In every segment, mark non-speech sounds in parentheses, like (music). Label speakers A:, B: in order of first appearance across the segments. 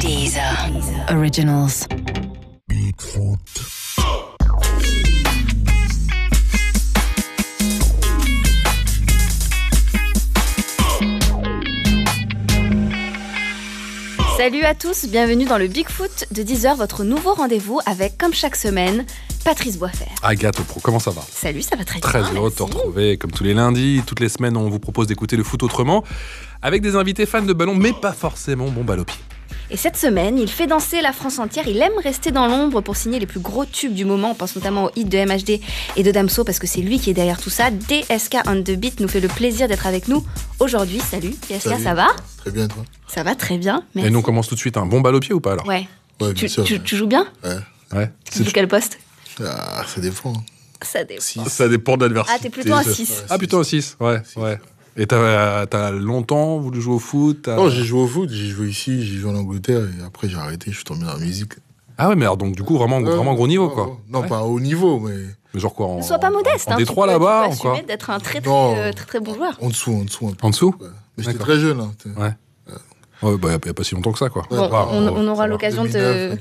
A: Deezer Originals.
B: Salut à tous, bienvenue dans le Bigfoot de 10h, votre nouveau rendez-vous avec, comme chaque semaine, Patrice Boisfer.
C: Agathe Pro, comment ça va
B: Salut, ça va très,
C: Très
B: bien.
C: heureux de te
B: Ah, merci.
C: retrouver comme tous les lundis. Toutes les semaines, on vous propose d'écouter le foot autrement avec des invités fans de ballon, mais pas forcément bon balle au pied.
B: Et cette semaine, il fait danser la France entière. Il aime rester dans l'ombre pour signer les plus gros tubes du moment. On pense notamment au hit de MHD et de Damso parce que c'est lui qui est derrière tout ça. DSK on the beat nous fait le plaisir d'être avec nous aujourd'hui. Salut, DSK,
D: Salut.
B: ça va
D: Très bien, toi
B: Ça va très bien.
C: Et
B: Merci.
C: nous, on commence tout de suite un bon balle au pied ou pas alors
B: Ouais.
D: Ouais, bien
B: Tu,
D: sûr.
B: tu- tu joues bien
D: Ouais.
C: Ouais.
B: Tu joues quel poste
D: Ah, ça dépend.
B: Ça dépend.
D: Si.
C: Ça dépend de l'adversaire.
B: Ah, t'es plutôt un 6.
C: Ah, plutôt un 6, ouais.
D: Six.
C: ouais. Et t'as t'as longtemps voulu jouer au foot t'as-
D: Non, j'ai joué au foot, j'ai joué ici, j'ai joué en Angleterre et après j'ai arrêté, je suis tombé dans la musique.
C: Ah ouais, mais alors donc du coup, vraiment,
D: Ouais,
C: vraiment gros niveau
D: ouais, ouais.
C: quoi.
D: Non,
C: Ouais.
D: pas au niveau, mais
C: Mais genre quoi en,
B: Ne sois pas modeste.
C: En,
B: hein, tu
C: Détroit
B: peux-
C: là-bas
B: tu peux
C: encore
B: assumer d'être un très très,
D: Non.
B: euh, très très bon joueur.
D: en dessous, en dessous. un peu.
C: En dessous
D: Ouais. Mais j'étais
C: D'accord.
D: très jeune. Hein, t'es-
C: Ouais. Ouais, bah, y a- y a pas si longtemps que ça quoi.
B: Bon,
C: Ah,
B: on,
C: ouais,
B: on aura
C: ça va.
B: l'occasion de
D: 2009,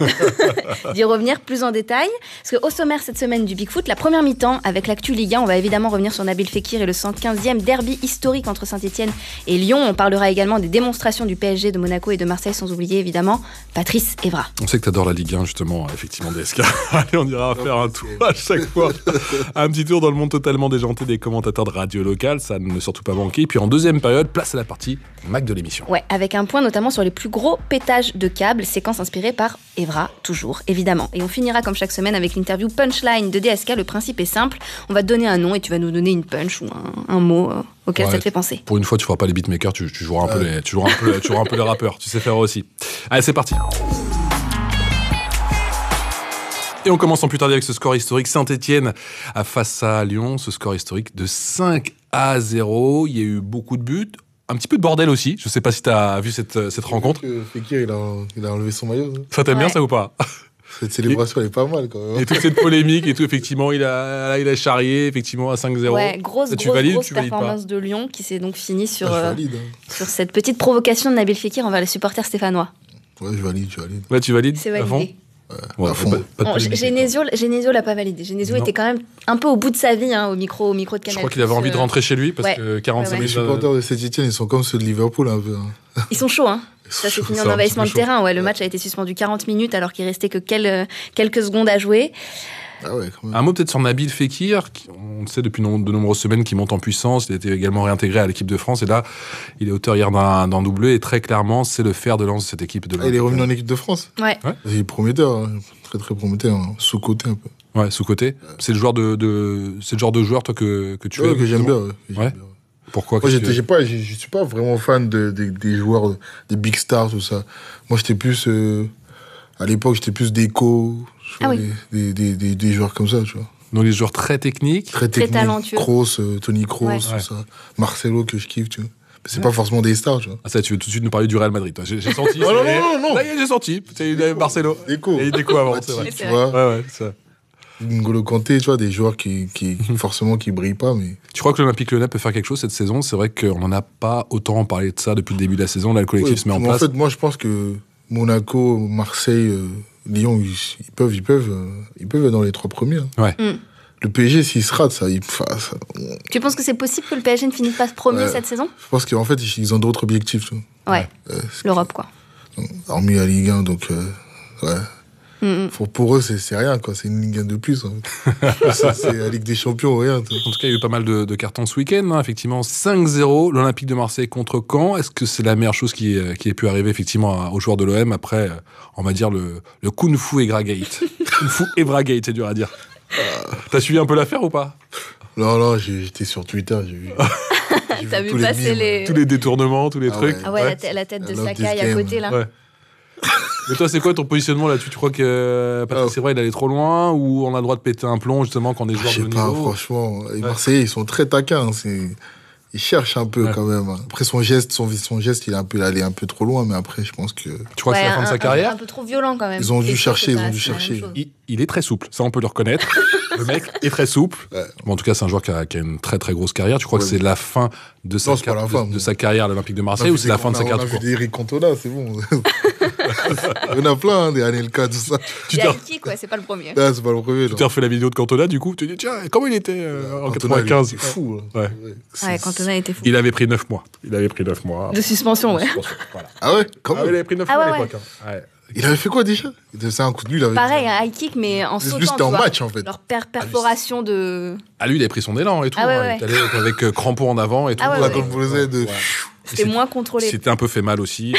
D: 2008.
B: d'y revenir plus en détail. Parce que au sommaire cette semaine du Bigfoot, la première mi-temps avec l'actu Ligue 1, on va évidemment revenir sur Nabil Fekir et le 115e derby historique entre Saint-Etienne et Lyon. On parlera également des démonstrations du PSG, de Monaco et de Marseille, sans oublier évidemment Patrice Evra.
C: On sait que t'adores la Ligue 1, justement, euh, effectivement, DSK. (laughs) Allez, on ira faire un tour à
D: c'est-
C: chaque fois. Un petit tour dans le monde totalement déjanté des commentateurs de radio locale, ça ne surtout pas manquer. Et puis en deuxième période, place à la partie Mac de l'émission.
B: Ouais, avec un point notamment sur les plus gros pétages de câbles, séquence inspirée par Evra, toujours, évidemment. Et on finira comme chaque semaine avec l'interview punchline de DSK. Le principe est simple, on va te donner un nom et tu vas nous donner une punch ou un, un mot euh, auquel
C: Ouais.
B: ça te fait penser.
C: Pour une fois, tu feras pas les beatmakers, tu, tu joueras, un peu les, tu, joueras un peu, tu joueras un peu les rappeurs. Tu sais faire aussi. Allez, c'est parti. Et on commence en plus tarder avec ce score historique. Saint-Etienne face à Lyon, ce score historique de 5 à 0. Il y a eu beaucoup de buts. Un petit peu de bordel aussi. Je sais pas si tu as vu cette, cette (laughs) rencontre.
D: Euh, Fekir, il a, il a enlevé son maillot. hein.
C: Ça t'aime bien
B: Ouais.
C: ça ou pas
D: Cette célébration, elle est pas mal quand même. hein.
C: Et toute cette polémique et tout, effectivement, il a, il a charrié, effectivement, à 5-0.
B: Ouais, grosse,
C: Tu
B: grosse,
C: valides ou
B: grosse
C: tu valides pas
B: performance de Lyon qui s'est donc finie
D: Ah,
B: sur,
D: je
B: euh,
D: valide. hein.
B: sur cette petite provocation de Nabil Fekir envers les supporters stéphanois.
D: Ouais, je valide, je valide.
C: Ouais, tu valides
B: C'est
C: à fond
B: validé.
C: Ouais,
D: À fond.
C: pas- pas de
B: Bon, G-
C: polémique. hein.
B: Genesio Genesio l'a pas validé. Genesio
C: Non.
B: était quand même un peu au bout de sa vie hein, au, micro, au micro de
C: Je
B: Canal.
C: crois qu'il avait envie de
B: Euh,
C: rentrer chez lui parce
B: ouais,
C: que 45
B: ouais, ouais.
D: Les
C: 000, euh,
D: supporters de Saint-Etienne, ils sont comme ceux de Liverpool un peu. hein.
B: Ils sont chauds, hein.
D: Ils sont
B: Ça s'est
D: chauds.
B: fini
C: (laughs) ça,
B: en
C: un
B: envahissement de
C: petit peu
B: terrain. Ouais, le match a été suspendu 40 minutes alors qu'il restait que quel- euh, quelques secondes à jouer.
D: Ah ouais, quand même.
C: Mm. Un mot peut-être sur Nabil Fekir, qui, on le sait depuis no- de nombreuses semaines, qui monte en puissance. Il a été également réintégré à l'équipe de France. Et là, il est auteur hier d'un d'un doublé. Et très clairement, c'est le fer de lance de cette équipe de
D: Ah, il est
C: l'Olympique.
D: revenu en équipe de France.
B: Ouais.
D: Il est prometteur, hein. très très prometteur, hein. sous-côté un peu.
C: Ouais, sous-côté. C'est le, joueur de, de- c'est le genre de joueur, toi, que, que tu
D: Ouais,
C: es.
D: que j'aime bien. ouais, que j'aime
C: Ouais.
D: bien, ouais.
C: Pourquoi
D: Moi,
C: qu'est-ce
D: j'étais-
C: que-
D: j'ai pas, j'ai- je suis pas vraiment fan de, des- des joueurs, des big stars, tout ça. Moi, j'étais plus. euh, à l'époque, j'étais plus déco, je
B: Ah
D: vois,
B: oui.
D: des, des, des, des- des joueurs comme ça, tu vois.
C: Donc, les joueurs très techniques.
D: Très techniques.
B: talentueux.
D: Kroos, euh, Tony Kroos,
B: Ouais.
D: tout
C: Ouais.
D: ça. Marcelo, que je kiffe, tu vois. Mais c'est pas forcément des stars, tu vois.
C: Ah ça, tu veux tout de suite nous parler du Real Madrid. toi. J'ai j'ai
D: (laughs)
C: senti.
D: Oh, Non, non,
C: c'est-
D: non, non, non.
C: Là, il y a- j'ai senti. C'est il y a Marcelo.
D: Déco.
C: Il y a Déco avant, c'est vrai.
D: Matip,
B: C'est
D: tu
B: vrai.
D: vois.
C: Ouais, ouais, c'est vrai.
D: N'Golo Kanté, tu vois, des joueurs qui, (laughs) qui forcément, qui brillent pas, mais.
C: Tu crois que l'Olympique Lyonnais peut faire quelque chose cette saison C'est vrai qu'on n'en a pas autant parlé de ça depuis le début de la saison. Là, le collectif
D: Ouais,
C: se met en
D: mais
C: place.
D: En fait, moi, je pense que Monaco, Marseille, euh, Lyon, ils, ils peuvent, ils peuvent, euh, ils peuvent être dans les trois premiers. hein.
C: Ouais.
B: Mm.
D: Le PSG, s'il se rate, ça, il, enfin, ça-
B: Tu penses que c'est possible que le PSG ne finisse pas premier
D: Ouais.
B: cette saison
D: je pense qu'en fait, ils ont d'autres objectifs, tu vois.
B: Ouais,
D: Euh, c'est-
B: l'Europe quoi.
D: hormis la Ligue 1, donc euh, ouais.
B: Mm, mm.
D: Pour, pour eux, c'est c'est rien, quoi. C'est une Ligue 1 de plus. en
C: (laughs)
D: fait. Ça, c'est la Ligue des Champions, rien. tu vois.
C: En tout cas, il y a eu pas mal de, de cartons ce week-end. hein. Effectivement, 5-0, l'Olympique de Marseille contre Caen. Est-ce que c'est la meilleure chose qui, euh, qui ait pu arriver effectivement à- aux joueurs de l'OM après, euh, on va dire, le, le Kung Fu Evra
D: (laughs)
C: Gate Kung Fu Evra Gate, c'est dur à dire. Euh, T'as suivi un peu l'affaire ou pas
D: Non, non, j'ai- j'étais sur Twitter,
B: (laughs)
D: j'ai vu. j'ai
B: T'as
D: vu
B: vu
D: tous les
B: passer
D: mimes.
B: les.
C: Tous les détournements, tous les
D: Euh, Ah
C: trucs.
D: ouais.
B: Ah ouais, la, tête- la tête
D: I
B: de
D: love this
B: Sakai à
D: game.
B: côté là.
C: Ouais. Mais toi, c'est quoi ton positionnement là-dessus Tu crois que euh, Patrick
D: Oh. Ah,
C: Evra, il allait trop loin ou on a le droit de péter un plomb justement quand on est
D: Je
C: joueur de
D: sais
C: haut
D: pas,
C: niveau
D: franchement. Les Marseillais, ils sont très taquins. hein, c'est- Ils cherchent un peu
C: Ouais.
D: quand même. hein. Après, son geste, son, son geste, il est un peu il est allé un peu trop loin, mais après, je pense que.
C: Tu crois que c'est
B: Ouais,
C: la fin de
B: un-
C: sa
B: un-
C: carrière
B: Un peu trop violent quand même.
D: Ils ont dû
B: C'est sûr
D: chercher,
B: que
D: ils
B: ça-
D: ont dû
B: c'est la même
D: chercher.
B: chose.
C: il, il est très souple, ça on peut le
D: (laughs)
C: reconnaître. le mec est très souple.
D: Ouais.
C: Bon, en tout cas, c'est un joueur qui a, qui a une très très grosse carrière. Tu crois que
D: Ouais.
C: c'est la fin de sa,
D: Non, c'est pas la
C: de-
D: fin,
C: de
D: mais-
C: sa carrière à l'Olympique de Marseille ou c'est la fin de sa
D: On a
C: carrière
D: vu
C: tout court
D: d'Eric Cantona, c'est bon. (laughs) Il y en a plein, hein, des Anelka, tout ça.
B: Il
C: Tu
B: y
C: t'es
B: a
C: re-
B: Iki, quoi, c'est pas le premier.
D: Ah, c'est pas le premier.
C: tu
D: non.
C: t'es refait la vidéo de Cantona, du coup, tu te dis, tiens, comment il était euh, en
D: Cantona, il était
C: 95
D: fou. hein.
C: Ouais.
D: C'est-
B: Ouais, Cantona était fou.
C: Il avait pris 9 mois. Il avait pris 9 mois.
B: De suspension, ouais.
C: Voilà.
D: Ah ouais, quand
C: Ah,
D: même.
C: il avait pris 9
B: Ah
C: mois
B: ouais,
C: à l'époque. hein. Ouais.
D: Il avait fait quoi déjà C'est un coup de nul. il avait-
B: Pareil, un high kick, mais en
D: Lui,
B: sautant.
D: c'était
B: tu
D: en
B: vois.
D: match, en fait.
B: Leur per- perforation de.
C: Ah, lui, il avait pris son élan et tout.
B: Ah ouais,
C: hein. Il était allé avec euh, crampon en avant et tout.
B: Ah ouais,
D: La
B: ouais.
D: composée de.
C: Ouais.
B: C'était
C: c'est-
B: moins contrôlé.
C: C'était un peu fait mal aussi.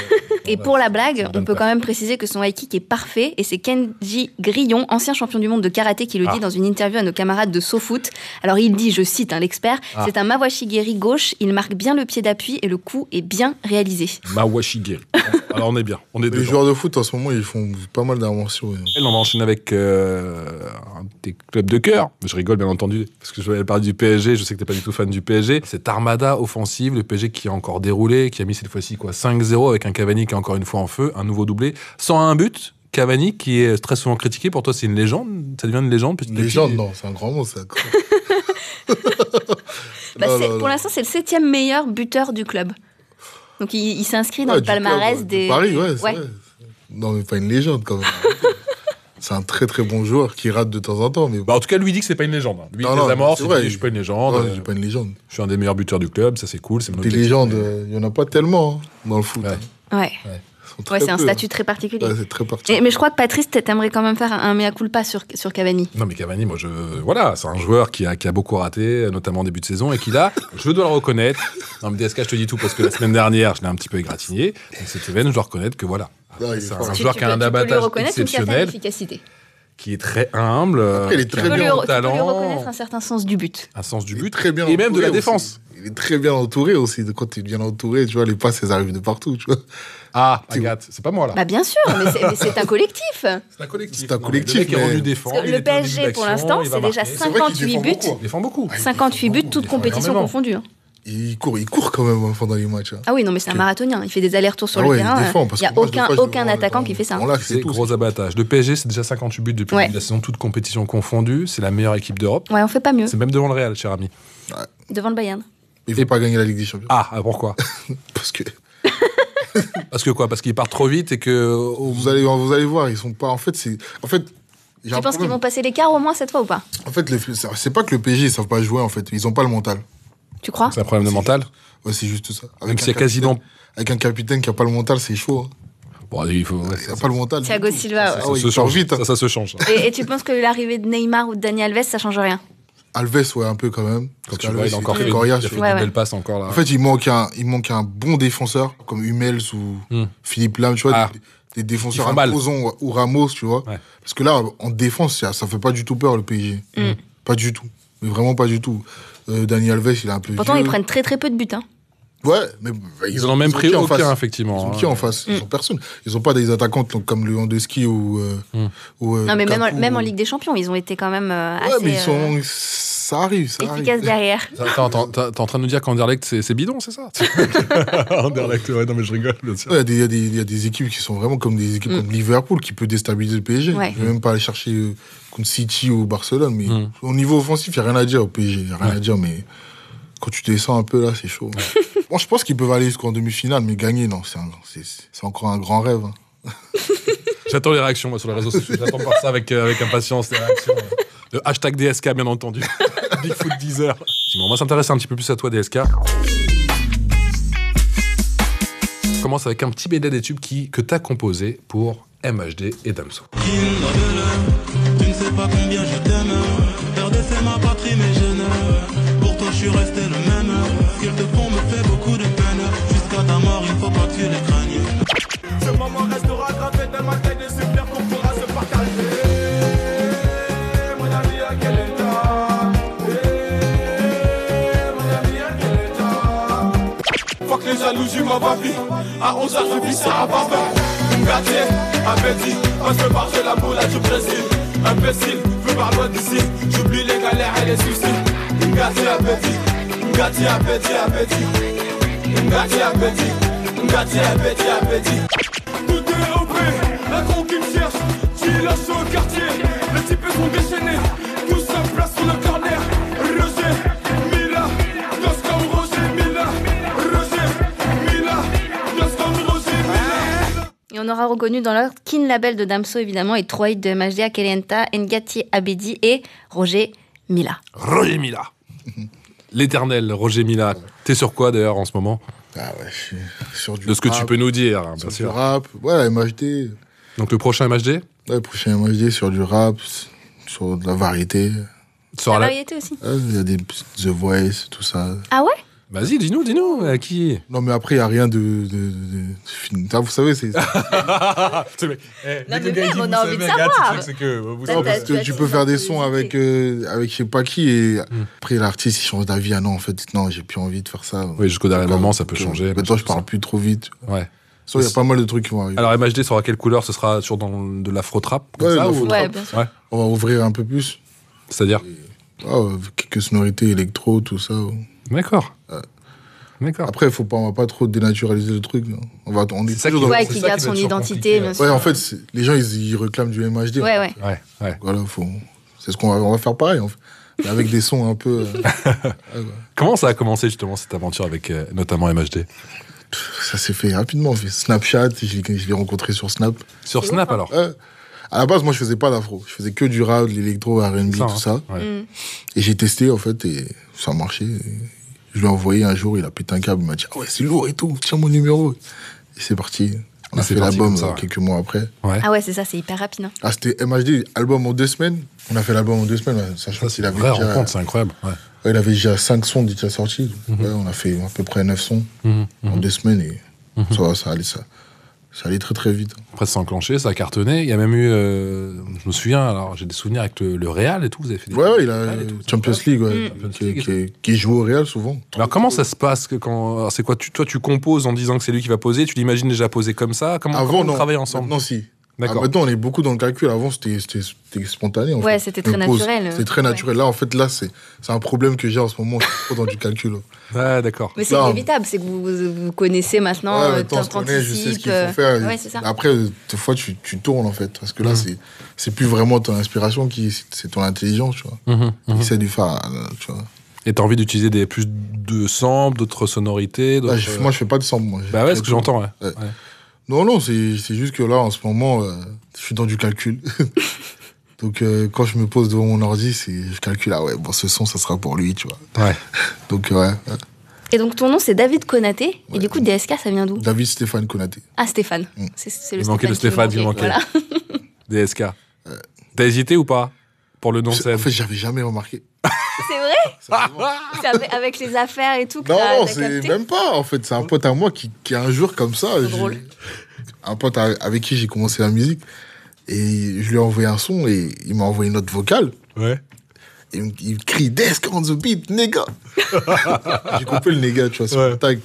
B: Et pour la blague,
C: donne
B: on peut
C: pas.
B: quand même préciser que son high kick est parfait et c'est Kenji Grillon, ancien champion du monde de karaté, qui le
C: Ah.
B: dit dans une interview à nos camarades de SoFoot. Alors il dit, je cite hein, l'expert,
C: Ah.
B: c'est un Mawashigeri gauche, il marque bien le pied d'appui et le coup est bien réalisé.
C: Mawashigiri. Alors, on est bien. On est
D: Les
C: dedans.
D: joueurs de foot en ce moment, ils font pas mal d'inventions. hein.
C: On va enchaîner avec euh, un des clubs de cœur. Je rigole, bien entendu, parce que je voulais parler du PSG. Je sais que t'es pas du tout fan du PSG. Cette armada offensive, le PSG qui a encore déroulé, qui a mis cette fois-ci quoi 5-0 avec un Cavani qui est encore une fois en feu, un nouveau doublé, 101 buts. Cavani qui est très souvent critiqué. Pour toi, c'est une légende. Ça devient une légende. petit à petit
D: Légende, non, c'est un grand mot, ça.
B: (laughs) Bah,
D: Non,
B: c'est-
D: non, non.
B: pour l'instant, c'est le septième meilleur buteur du club. Donc il, il s'inscrit dans
D: Ouais,
B: le
D: du club,
B: palmarès
D: ouais, de
B: des.
D: Paris, ouais, c'est
B: Ouais.
D: vrai. Non, mais pas une légende, quand même. (laughs) c'est un très, très bon joueur qui rate de temps en temps, mais
C: Bah, en tout cas, lui il dit que c'est pas une légende. hein. Lui,
D: Non,
C: il
D: non,
C: les amorce,
D: c'est
C: il
D: vrai.
C: dit, je suis pas une
D: Non,
C: légende.
D: je
C: euh,
D: suis pas une légende.
C: Je suis un des meilleurs buteurs du club, ça c'est cool. C'est mon
D: Des
C: objectif.
D: légendes, euh, il y en a pas tellement hein, dans le foot.
C: Ouais.
D: hein.
B: Ouais,
D: Ils sont
B: Ouais,
D: très
B: c'est un
D: peu,
B: statut très particulier.
D: hein. Ouais, c'est très particulier.
B: Et- mais je crois que Patrice, t'a- t'aimerais quand même faire un un mea culpa sur, sur Cavani.
C: Non mais Cavani, moi je voilà, c'est un joueur qui a, qui a beaucoup raté, notamment en début de saison, et qui là, (laughs) je dois le reconnaître. Non mais DSK, je te dis tout parce que la semaine dernière, je l'ai un petit peu égratigné. Donc cette semaine, je dois reconnaître que voilà,
D: Non, il est
C: c'est
D: fort.
C: un
B: Tu-
C: joueur
B: tu
C: qui a
B: peux-
C: un
B: tu peux lui
C: abattage
B: reconnaître une certaine
C: exceptionnel,
B: efficacité.
C: qui est très humble, euh,
D: Après, il est
C: qui
D: très
C: a
B: Tu peux,
C: un
B: lui,
D: bien.
C: grand
B: tu peux lui
C: talent,
B: reconnaître un certain sens du but.
C: un sens du
D: Il est
C: but
D: très bien
C: et même de la
D: entouré
C: défense.
D: aussi. Il est très bien entouré aussi. de- Quand tu es bien entouré, tu vois, les passes, elles arrivent de partout. Tu vois.
C: Ah, Agathe, c'est pas moi là.
B: Bah bien sûr, mais c'est- mais c'est un collectif.
C: C'est un collectif.
D: C'est un
C: Non, mais
D: collectif,
C: Le mec est
D: mais-
C: rendu défendre.
B: Parce que
C: il
B: le
C: était en début
B: PSG, pour
C: d'action,
B: l'instant,
C: il va
B: c'est déjà
C: marquer.
D: C'est vrai
B: 58
D: qu'il défend
B: buts.
D: beaucoup.
C: Il défend beaucoup.
D: Ah, il défend
B: 58 buts,
D: beaucoup,
B: toutes
D: il défend
B: compétitions
C: énormément.
B: confondues. hein.
D: Il court, il court quand même hein, pendant les matchs. hein.
B: Ah oui, non, mais c'est un marathonien. Il fait des allers-retours sur
D: Ah
B: le
D: ouais,
B: terrain.
D: il défend, parce
B: Il n'y a
D: que moi, je
B: aucun,
D: le vois, je le
B: aucun
D: vois,
B: attaquant
D: dans-
B: qui fait ça. hein.
D: dans l'axe et
C: C'est
D: tout.
C: gros abattage. Le PSG, c'est déjà 58 buts depuis le
B: Ouais.
C: début de la saison, toutes compétitions confondues. C'est la meilleure équipe d'Europe.
B: Ouais, on fait pas mieux.
C: C'est même devant le Real, cher ami.
B: Ah. Devant le Bayern.
D: Il ne faut pas gagner la Ligue des Champions.
C: Ah, ah, pourquoi
D: Parce que
C: Parce que quoi Parce qu'ils partent trop vite et que. oh,
D: vous allez, vous allez voir, ils sont pas. En fait, c'est. En fait, j'ai un
B: Tu penses qu'ils
D: problème.
B: vont passer l'écart au moins cette fois ou pas
D: En fait, le- c'est pas que le PSG, ils savent pas jouer, en fait. Ils ont pas le mental.
B: Tu crois
C: C'est un problème de mental.
D: Ouais, c'est juste ça. Avec
C: Même s'il
D: un
C: y a
D: capitaine-
C: quasiment.
D: Avec un capitaine qui a pas le mental, c'est chaud. hein.
C: Bon, il faut. ouais,
D: Il
C: ça,
D: a pas le mental. du
B: Thiago
D: tout.
B: Silva, ouais.
D: Ah
C: ça
D: ouais,
C: se
D: il sort
C: change.
D: vite. hein.
C: Ça, ça se change. ça.
B: Et, et tu penses que l'arrivée de Neymar ou de Dani Alves, ça change rien
D: Alves, ouais, un peu quand même.
C: Quand
D: Parce
C: tu
D: qu'Alves,
C: vois, il a encore
D: était
C: fait, il a
D: coriace,
C: fait
D: tu
C: une
D: vois.
B: Ouais, ouais.
C: belle passe encore là.
D: En fait, il manque, un, il manque un bon défenseur, comme Hummels ou
C: Hmm.
D: Philippe Lam, tu vois.
C: Ah.
D: Des, des
C: Ils
D: défenseurs
C: font
D: à
C: mal.
D: Crozon ou Ramos, tu vois.
C: Ouais.
D: Parce que là, en défense, ça, ça fait pas du tout peur, le PSG.
B: Hmm.
D: Pas du tout. Mais vraiment pas du tout. Euh, Dani Alves, il est un peu
B: Pourtant,
D: vieux.
B: ils prennent très très peu de buts. hein.
D: Ouais, mais bah,
C: ils en ont même
D: ont
C: pris
D: qui en
C: aucun,
D: face
C: effectivement.
D: Ils ont
C: hein.
D: qui en face
B: Hmm.
D: Ils ont personne. Ils ont pas des attaquants donc, comme le Lewandowski ou. euh,
C: Hmm.
D: ou, euh,
B: Non, mais même en,
D: Lukaku.
B: même en Ligue des Champions, ils ont été quand même euh,
D: Ouais,
B: assez
D: mais ils sont. Ah,
B: euh,
D: Ça arrive, ça arrive.
B: efficaces derrière.
C: Attends, attends, t'es t'es en train de nous dire qu'Anderlecht, c'est c'est bidon, c'est (laughs) ça Anderlecht, ouais, non, mais je rigole, bien sûr.
D: Il y, a des, il y a des- il y a des équipes qui sont vraiment comme des équipes comme Liverpool qui peut déstabiliser le PSG.
B: Ouais.
D: Je vais même pas aller chercher euh, contre City ou Barcelone, mais au niveau offensif, il n'y a rien à dire au PSG. Il n'y a rien à dire, mais quand tu descends un peu là, c'est chaud. Moi, je pense qu'ils peuvent aller jusqu'en demi-finale, mais gagner, non, c'est un- c'est c'est encore un grand rêve. hein.
C: J'attends les réactions moi, sur les réseaux sociaux. J'attends de voir ça avec, euh, avec impatience, les réactions. euh, Le hashtag DSK, bien
D: (laughs)
C: entendu. Bigfoot 10 heures. on va s'intéresser un petit peu plus à toi, DSK. On commence avec un petit BD des tubes qui, que tu as composé pour MHD et Damso.
E: Kindle, Tu ne sais pas combien je t'aime RDC m'a pas pris mes gènes Pour toi je suis resté le même Ce qu'ils te font me fait beaucoup de peine Jusqu'à ta mort il faut pas que tu les craignes
F: Ce moment restera gravé dans ma tête et super qu'on pourra se partager. Mon ami, à quel état Eh, Mon ami, à quel état Fuck les jaloux, je m'en vie. À 11h, je vis ça à Barbin. Quartier, appétit, passe le bar, j'ai la boule, là, je précise. Imbécile, veux par loin d'ici. J'oublie les galères et les soucis. Quartier, appétit, quartier, appétit, appétit. Ngati appétit, Ngati appétit, appétit. Tout est OP, la con qui me cherche, tu es lâché au quartier. Les types ils sont déchaînés, tous se place sur le corner. Roger, Mila, danse comme Roger, Mila. Roger, Mila, danse comme Roger, Mila.
B: Et Et on aura reconnu dans l'ordre Kin Label de Damso, évidemment, et Troy de MHDA, Kelenta, Ngati Abedi et Roger Mila.
C: Roger
D: (laughs)
C: Mila. L'éternel Roger Mila. T'es sur quoi d'ailleurs en ce moment
D: Ah ouais, je suis sur du
C: De ce que tu
D: rap,
C: peux nous dire, hein, bien
D: sur du
C: sûr.
D: rap. Ouais, MHD.
C: Donc le prochain MHD
D: Ouais, prochain MHD sur du rap, sur de la variété.
C: sera
B: La
C: là.
B: variété aussi.
D: Ouais, Il y a des The Voice, tout ça.
B: Ah ouais
C: Vas-y, dis-nous, dis-nous, à qui
D: Non, mais après, il n'y a rien de. de, de, de- fin- Ah, vous savez, c'est.
B: mais même, on a envie de savoir.
D: Non, parce
B: Bah,
D: que
B: tu as
D: tu
B: dit
D: peux
B: ça,
D: faire des
B: c'est
D: sons
B: hésité.
D: avec, euh, avec je sais pas qui et
C: Hmm.
D: après l'artiste il change d'avis. Ah non, en fait, non, j'ai plus envie de faire ça.
C: Oui, jusqu'au dernier moment, ça peut changer.
D: Maintenant, je parle plus trop vite.
C: Ouais.
D: Ça, il y a pas mal de trucs qui vont arriver.
C: Alors MHD sera quelle couleur Ce sera sur dans de l'afro-trap comme
D: Ouais,
C: ça, ou-
D: l'afro-trap.
B: Ouais, bien sûr.
C: Ouais.
D: On va ouvrir un peu plus.
C: C'est-à-dire
D: Ah, euh, quelques sonorités électro, tout ça.
C: D'accord. D'accord.
D: Après, faut pas, on va pas trop dénaturaliser le truc. non. On va, on est,
C: C'est ça
D: toujours
C: qui-
D: dans-
B: Ouais,
C: c'est
B: qui
C: ça
B: garde
C: qui
B: son
C: doit être
B: identité,
C: compliqué,
B: bien
C: ouais.
B: sûr.
D: Ouais, en fait, c'est- les gens ils, ils réclament du MHD.
B: Ouais, ouais.
C: Ouais, ouais.
D: Voilà, faut. C'est ce qu'on va, on va faire pareil. en fait. Mais avec des sons un peu. euh,
C: Comment ça a commencé justement cette aventure avec euh, notamment MHD
D: ça s'est fait rapidement. Fait Snapchat, je l'ai je l'ai rencontré sur Snap.
C: Sur Snap alors
D: Ouais. À la base, moi, je faisais pas d'afro. Je faisais que du rap, de l'électro, R&B,
C: Ça,
D: tout
C: hein.
D: ça.
B: Mm.
C: Ouais.
D: Et j'ai testé, en fait, et ça marchait. Et Je lui ai envoyé un jour, il a pété un câble, il m'a dit « Ah ouais, c'est lourd et tout, tiens mon numéro !» Et c'est parti. On
C: Et
D: a
C: c'est
D: fait
C: parti
D: l'album
C: comme ça,
D: euh,
C: ouais.
D: quelques mois après.
C: Ouais.
B: Ah ouais, c'est ça, c'est hyper rapide. hein.
D: Ah, c'était MHD, album en deux semaines. On a fait l'album en deux semaines, ouais, sachant qu'il avait,
C: Vraie
D: déjà-
C: rencontre, Mhm. c'est incroyable. Ouais.
D: ouais, il avait déjà cinq sons déjà sortis. Ouais, on a fait à peu près neuf sons
C: Mhm,
D: en deux semaines et ça, va, ça allait, ça, ça allait très très vite.
C: Après, ça s'est enclenché, ça a cartonné. Il y a même eu, euh, je me souviens, alors j'ai des souvenirs avec le, le Real et tout. Vous avez fait des
D: Ouais, ouais, il a
C: Real et tout, c'est
D: Champions League, ouais,
C: Champions
D: qui,
C: League et
D: qui- qui joue au Real souvent.
C: Alors comment ça se passe que quand alors, c'est quoi tu, toi tu composes en disant que c'est lui qui va poser tu l'imagines déjà poser comme ça comment, comment
D: Avant,
C: on
D: non.
C: travaille ensemble
D: Maintenant, si.
C: D'accord.
D: Ah, maintenant, on est beaucoup dans le calcul. Avant, c'était c'était- c'était spontané. en
B: Ouais,
D: fait.
B: c'était
D: On
B: très
D: pose.
B: naturel.
D: C'était très naturel. Là, en fait, là, c'est c'est un problème que j'ai en ce moment. Je suis trop dans
B: (laughs)
D: du calcul.
C: Ah, d'accord
B: Mais c'est
D: Non.
B: inévitable, c'est que vous, vous, vous connaissez maintenant,
D: Ouais,
B: euh,
D: maintenant, on se connaît, je sais ce qu'il faut
B: t'anticipes,
D: faire.
B: euh, Ouais, c'est ça.
D: Après, euh, des fois, tu, tu tournes, en fait. Parce que
C: Mm.
D: là, c'est c'est plus vraiment ton inspiration, qui c'est- c'est ton intelligence, tu vois.
C: Mhm, mhm.
D: Essaie du faire, euh, tu vois.
C: et t'as envie d'utiliser des plus de samples d'autres sonorités d'autres... euh,
D: Là, Bah, je- moi, je fais pas de sample. Moi.
C: bah ouais c'est ce que j'entends ouais.
D: Ouais. Non, non, c'est c'est juste que là, en ce moment, euh, je suis dans du calcul. (laughs) Donc, euh, quand je me pose devant mon ordi, c'est- je calcule, ah ouais, bon, ce son, ça sera pour lui, tu vois.
C: Ouais.
D: Donc, ouais. euh,
B: Et donc ton nom c'est David Konaté, et du coup DSK ça vient d'où
D: David Stéphane Konaté.
B: Ah Stéphane.
D: Mm.
B: C'est, c'est le
C: Il manquait le Stéphane,
B: qui
C: il
B: me
C: manquait.
B: Voilà.
D: (laughs)
C: DSK t'as hésité ou pas pour le nom de
D: Euh, En
C: scène
D: fait, j'avais jamais remarqué.
B: C'est
D: (laughs)
B: vrai (laughs) C'est avec, avec les affaires et tout que
D: Non,
B: t'as,
D: non,
B: Ah, t'as
D: c'est
B: capté
D: même pas. En fait, c'est un pote à moi qui, qui un jour comme ça, j'ai-
B: drôle.
D: un pote à- avec qui j'ai commencé la musique, et je lui ai envoyé un son et il m'a envoyé une note vocale.
C: ouais
D: Et il me- il me crie Desk on the beat, nigga. (laughs) J'ai coupé le nigga, tu vois, sur
C: Ouais.
D: le tag.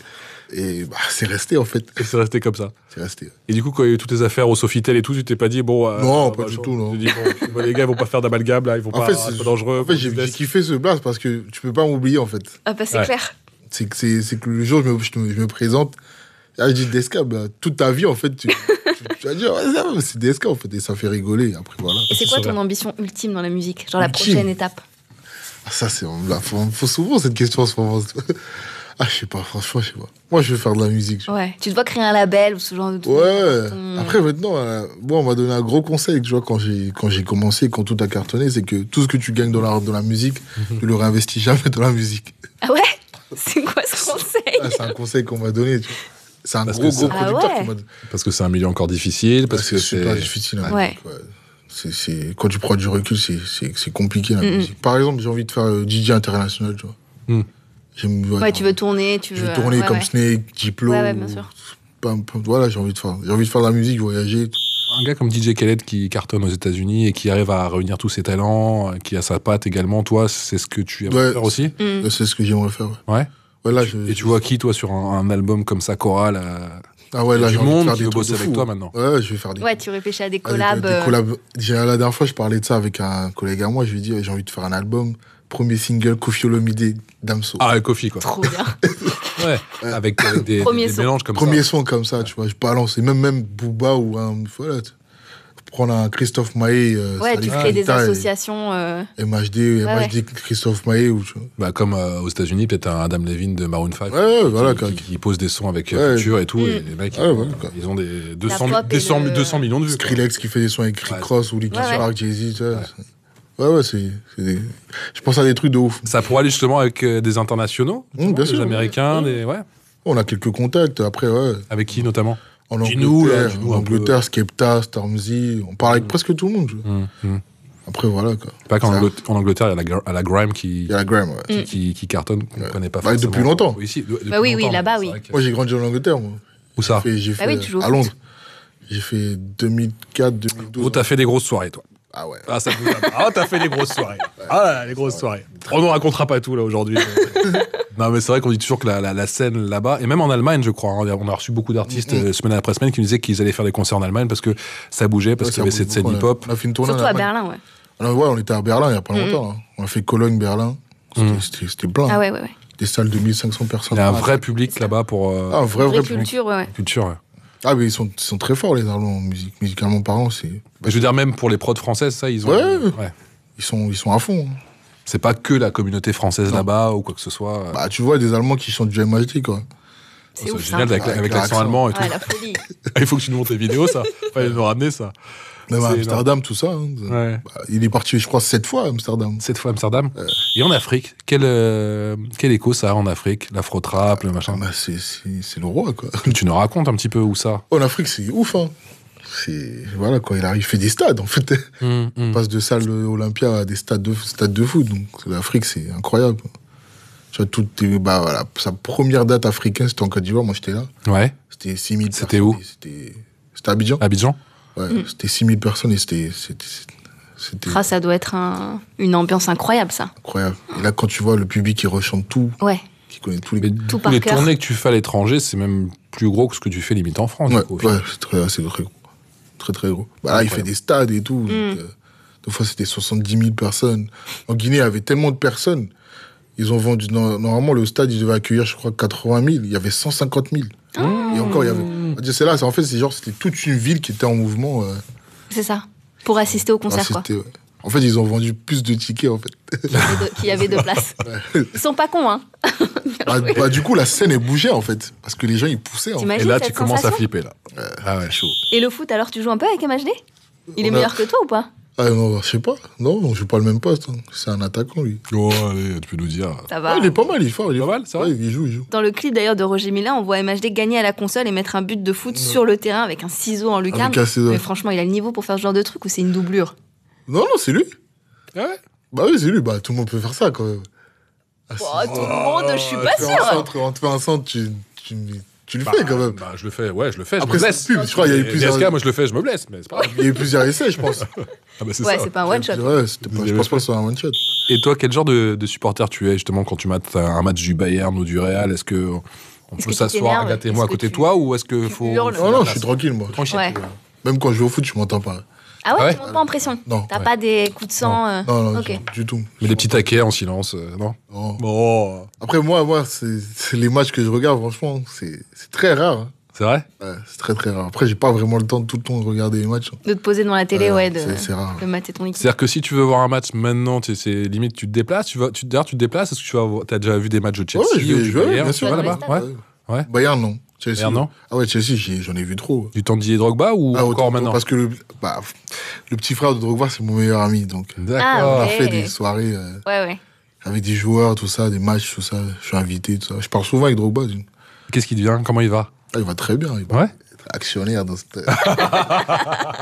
D: Et bah, c'est resté en fait.
C: et c'est resté comme ça
D: C'est resté.
C: et du coup quand il y a eu toutes tes affaires au Sofitel et tout tu t'es pas dit bon euh,
D: Non,
C: bah,
D: pas du
C: je-
D: tout, non.
C: tu dis, bon, bah, les gars ils vont pas faire d'amalgame là ils vont
D: En
C: pas
D: fait,
C: c'est
D: c'est-
C: trop dangereux
D: en fait,
C: faut
D: j'ai
C: qu'ils
D: j'ai
C: laissent.
D: kiffé ce blast parce que tu peux pas m'oublier en fait.
B: Ah bah c'est
C: Ouais.
B: clair.
D: C'est que, c'est- c'est que le jour où je me, je te- je me présente, là, je dis DSK, bah, toute ta vie en fait, tu, tu, tu vas dire, ouais, ça va, c'est DSK en fait, et ça fait rigoler. Après voilà.
B: Et c'est quoi
C: saurait.
B: ton ambition ultime dans la musique Genre la
D: Ultime.
B: prochaine étape
D: Ah, ça, c'est. on me la- Faut, faut souvent cette question en ce moment. (laughs) Ah, je sais pas, franchement, je sais pas. Moi, je veux faire de la musique. je-
B: Ouais. Tu te vois créer un label ou ce genre de truc
D: Ouais.
B: Ton-
D: Après, maintenant, euh, moi, on m'a donné un gros conseil, tu vois, quand j'ai, quand j'ai commencé, quand tout a cartonné, c'est que tout ce que tu gagnes dans la, dans la (laughs) musique, tu le réinvestis jamais dans la musique.
B: Ah ouais (laughs) C'est quoi ce conseil
D: (laughs) Ah, c'est un conseil qu'on m'a donné, tu vois. C'est un
C: Parce
D: gros,
C: que ça-
D: gros producteur
B: Ah ouais.
D: qui m'a donné.
C: parce que c'est un milieu encore difficile parce que c'est
D: super difficile. la
B: Ouais.
D: musique, C'est, c'est, quand tu prends du recul, c'est, c'est, c'est compliqué, la musique. Par exemple, j'ai envie de faire euh, DJ international, tu vois.
C: Mhm.
D: J'aime, ouais,
B: Ouais, tu veux tourner, tu
D: Je
B: veux
D: vais tourner
B: ouais,
D: comme
B: ouais.
D: Snake, Diplo.
B: Ouais, ouais, bien sûr.
D: pam, pam, voilà, j'ai envie de faire. J'ai envie de faire de la musique, voyager. tout.
C: Un gars comme DJ Khaled qui cartonne aux États-Unis et qui arrive à réunir tous ses talents, euh, qui a sa patte également, toi, c'est ce que tu aimes
D: Ouais.
C: faire aussi
B: Mm.
D: Euh, C'est ce que j'aimerais faire. ouais.
C: Ouais.
D: Ouais, là, je,
C: Et tu vois qui, toi, sur un, un album comme ça, choral euh,
D: ah ouais,
C: il y a
D: là,
C: du
D: j'ai envie de
C: monde
D: faire
C: qui
D: des
C: veut
D: trucs
C: bosser
D: de
C: avec
D: fou. hein.
C: toi maintenant.
D: Ouais, je vais faire des,
B: Ouais, tu réfléchis à des
D: ah, des-
B: collabs.
D: des
B: euh,
D: collabs. J'ai- La dernière fois, je parlais de ça avec un collègue à moi. Je lui ai dit, ouais, j'ai envie de faire un album. Premier single, Kofi Olomide, Damso.
C: Ah, avec Kofi, quoi.
D: (laughs)
B: Trop bien.
C: Ouais. Avec, avec des,
B: Premier
C: des
B: son.
C: mélanges comme
D: Premier
C: ça.
D: son comme ça, tu vois, je balance. Et même, même Booba ou un. Voilà. tu- prendre un Christophe Maé. euh,
B: Ouais, tu
D: Salif
B: crées des
D: Keita et
B: associations. euh,
D: MHD,
B: ouais.
D: MHD Christophe Maé. Ou, tu vois.
C: Bah, comme euh, aux États-Unis, peut-être un Adam Levine de Maroon 5.
D: Ouais, ouais, voilà.
C: qui,
D: quoi.
C: qui- qui pose des sons avec
D: Ouais.
C: euh, culture et tout, et les mecs,
D: Ouais, voilà, quoi.
C: ils ont des 200,
B: Mm. pop et
C: 200,
B: le-
C: 200 millions de vues. quoi.
D: Skrillex qui fait des sons avec Rick
C: Ouais.
D: Cross ou Licky
B: Ouais, ouais.
D: Shark, Jay-Z. tu vois. Ouais, ouais, c'est. c'est des- Je pense à des trucs de ouf.
C: Ça pourrait aller justement avec euh, des internationaux,
D: Mmh, bien
C: des
D: sûr.
C: Américains,
B: Mm.
C: des... Ouais.
D: On a quelques contacts. Après, ouais.
C: avec qui notamment
D: En
C: Dis-nous, là,
D: Angleterre,
C: dis-nous
D: en
C: un peu. Mm.
D: Angleterre Skepta, Stormzy. On parle avec presque tout le monde. tu vois. Après, voilà. Quoi.
C: Pas qu'en
D: Ça-
C: Angleterre, en Angleterre, il y a la, gr- à la Grime qui,
D: Il y a la Graham, ouais.
B: Mm.
C: qui, qui cartonne, qu'on ne connaît pas
D: Bah,
C: forcément.
D: depuis longtemps.
C: Oui, si, de- depuis
B: Bah oui, oui,
C: longtemps, mais
B: là-bas,
C: c'est
B: oui.
C: vrai que-
D: Moi, j'ai grandi en Angleterre, moi.
C: Où ça
D: Fait- J'ai
B: Bah
D: fait
B: oui,
D: euh,
B: toujours.
D: à Londres. J'ai fait 2004, 2012.
C: Où t'as fait des grosses soirées, toi
D: Ah ouais.
C: Ah, ça nous a- Ah, t'as fait des grosses soirées. Ah là là, les grosses soirées. Oh, On ne racontera pas tout, là,
D: (laughs)
C: aujourd'hui. non, mais c'est vrai qu'on dit toujours que la, la- la scène là-bas, et même en Allemagne, je crois, hein, on a reçu beaucoup d'artistes
D: Mm-hmm.
C: euh, semaine après semaine qui nous disaient qu'ils allaient faire des concerts en Allemagne parce que ça bougeait, parce
D: Ouais,
C: qu'il y avait
D: ça
C: cette
D: bouge
C: scène
D: beaucoup,
C: hip-hop.
D: On a fait une tournée
B: Surtout
D: en
B: à
D: Allemagne.
B: Berlin, ouais.
D: Alors, ouais, on était à Berlin il n'y a pas longtemps. hein. On a fait Cologne, Berlin. C'était- C'était c'était plein.
B: Ah ouais, ouais, ouais.
D: Des salles de 1500 personnes.
C: Mm. Il y a un
D: Ah,
C: vrai public là-bas pour euh,
D: Ah, un vrai, vrai
B: Vraie
D: public.
B: culture, ouais. ouais.
C: culture. ouais.
D: Ah, mais ils sont, ils sont très forts, les Allemands, en musique. Musicalement parlant, c'est.
C: Mais je veux dire, même pour les prods françaises, ça, ils ont.
D: Ouais.
C: ouais.
D: Ils sont, ils sont à fond. hein.
C: C'est pas que la communauté française là-bas ou quoi que ce soit.
D: Bah, tu vois, des Allemands qui chantent du MHD, quoi.
B: C'est
C: C'est
B: ouf, ça.
C: génial avec,
D: Ouais,
C: avec
D: avec
C: l'accent
D: l'accent.
C: allemand et tout. (laughs)
B: Ouais, la folie.
C: Il faut que tu nous montes les vidéos, ça. Enfin, nous ramener ça.
D: Même à
C: C'est
D: Amsterdam, tout ça. hein.
C: Ouais.
D: Bah, il est parti, je crois, sept fois à Amsterdam.
C: Cette fois Amsterdam. Et en Afrique, quel, euh, quel écho ça a en Afrique L'afro-trap, le
D: Ah,
C: machin.
D: bah, c'est- c'est c'est le roi, quoi.
C: Tu nous racontes un petit peu où ça
D: En Afrique, c'est ouf, hein. C'est. Voilà, quoi. Il arrive, il fait des stades, en fait.
C: Mm.
D: On passe de salles Olympia à des stades de, stades de foot. Donc, l'Afrique, c'est incroyable. Tu vois, tout, bah, voilà, sa première date africaine, c'était en Côte d'Ivoire. Moi, j'étais là.
C: Ouais.
D: C'était 6000
C: C'était
D: personnes
C: où Ah.
D: et C'était c'était à Abidjan.
C: Abidjan
D: Ouais, C'était 6000 personnes et c'était. c'était- C'était
B: Ah, ça doit être un- une ambiance incroyable, ça.
D: incroyable. Et là, quand tu vois le public qui rechante tout,
B: Ouais.
D: qui connaît tous
C: Mais
D: les.
C: du
B: Tout
C: coup,
B: par
C: les
B: cœur.
C: tournées que tu fais à l'étranger, c'est même plus gros que ce que tu fais limite en France. du
D: Ouais,
C: coup, au
D: ouais,
C: final.
D: c'est très, c'est très gros. Très, très gros. Bah, là, il fait des stades et
B: Mm.
D: tout. donc, euh, deux fois, c'était 70 000 personnes. En Guinée, il y avait tellement de personnes. Ils ont vendu. no- Normalement, le stade, il devait accueillir, je crois, 80 000. Il y avait 150 000. Et encore, il y avait. on va dire, C'est là, c'est- en fait, c'est genre, c'était toute une ville qui était en mouvement. euh, bah,
B: C'est ça. Pour assister au concert, quoi.
D: c'était- ouais. En fait, ils ont vendu plus de tickets,
B: (laughs)
D: en fait.
B: Qu'il y avait deux- Qu'il y avait deux places. Ils sont pas cons, hein.
D: Bah, bah, du coup, la scène, elle bougeait, en fait. Parce que les gens, ils poussaient. en fait.
C: Et
B: T'imagines
C: là,
B: cette
C: tu commences à
B: sensation
C: flipper, là. Ah ouais, chaud.
B: Et le foot, alors, tu joues un peu avec MHD Il est
D: On a-
B: meilleur que toi ou pas
D: Ah non, je sais pas. Non, on joue pas le même poste. hein. C'est un attaquant, lui.
C: Oh, allez, tu peux nous dire.
B: Ça
D: Ah,
B: va.
D: il est pas mal, il est fort. Il est
C: Pas
D: fort.
C: mal, c'est vrai
D: Ouais, Il joue, il joue.
B: Dans le clip d'ailleurs de Roger Mila, on voit MHD gagner à la console et mettre un but de foot sur le terrain avec un ciseau en lucarne.
D: Avec un ciseau.
B: Mais franchement, il a le niveau pour faire ce genre de truc ou c'est une doublure
D: Non, non, c'est lui.
C: Ah ouais
D: Bah oui, c'est lui. Bah, tout le monde peut faire ça, quand même. Ah,
B: Oh,
D: c'est-
B: tout le monde, je suis pas
D: Tu fais un
B: sûre
D: centre, on te fait un centre, tu, tu, tu le
C: Bah,
D: fais, quand même.
C: bah, je le fais, ouais, je le fais.
D: Après,
C: je me
D: c'est
C: blesse.
D: une pub, je crois, il y a eu
C: Et
D: plusieurs-
C: DSK, moi, je le fais, je me blesse, mais c'est pas grave.
D: Il y a eu plusieurs essais, je pense.
C: Ah bah, c'est
B: Ouais,
C: ça.
B: c'est pas un one shot.
D: Ouais, c'était pas- je pense pas que c'est un one-shot.
C: Et toi, quel genre de, de supporter tu es justement quand tu mates un match du Bayern ou du Real Est-ce que on
B: Est-ce
C: peut
B: que tu
C: s'asseoir,
B: t'énerves
C: Agathe et moi à
B: Est-ce que
C: côté de
B: tu-
C: toi ou est-ce que faut
B: hurles
C: faut
D: Non,
C: la
D: non, je
C: place
D: suis tranquille, moi.
C: Tranquille.
B: Ouais.
D: Même quand je joue au foot, je m'entends pas.
B: Ah ouais,
C: Ah ouais
B: tu montes pas en pression
D: Non,
B: T'as
D: ouais.
B: pas des coups de sang euh,
D: Non, non,
B: Ok.
D: du- du tout.
C: Mais les petits taquets en silence, euh, non
D: Non.
C: Oh,
D: Après, moi, moi c'est c'est les matchs que je regarde, franchement, c'est c'est très rare. hein.
C: c'est vrai
D: Ouais, c'est très très rare. Après, j'ai pas vraiment le temps de tout le temps de regarder les matchs. hein.
B: De te poser devant la télé,
D: Ouais,
B: ouais, de,
D: c'est- c'est rare.
B: de mater ton équipe.
C: C'est-à-dire que si tu veux voir un match maintenant, tu sais, c'est limite tu te déplaces, tu vas, tu, d'ailleurs tu te déplaces, est-ce que tu vas, voir- t'as déjà vu des matchs de Chelsea
D: Ouais, je vais-
C: ou du
D: je vais,
C: Bayern
D: bien sûr,
C: tu vas
B: ouais, dans
C: là-bas
B: les
C: ouais. Ouais.
D: Bayern, non. Chelsea,
C: Bayern, non.
D: Ah ouais, Chelsea, j'ai- j'en ai vu trop.
C: Du temps de Didier Drogba ou
D: Ah, autant-
C: encore maintenant
D: Parce que le, bah, le petit frère de Drogba, c'est mon meilleur ami. Donc, euh,
C: D'accord.
B: Ah,
D: on
B: ouais.
D: fait des soirées euh,
B: Ouais, ouais.
D: avec des joueurs, tout ça, des matchs, tout ça. Je suis invité, tout ça. Je parle souvent avec Drogba. dis-
C: Qu'est-ce qu'il devient Comment il va
D: Ah, il va très bien. Il va
C: Ouais.
D: être actionnaire
C: (laughs)
D: dans cette. euh,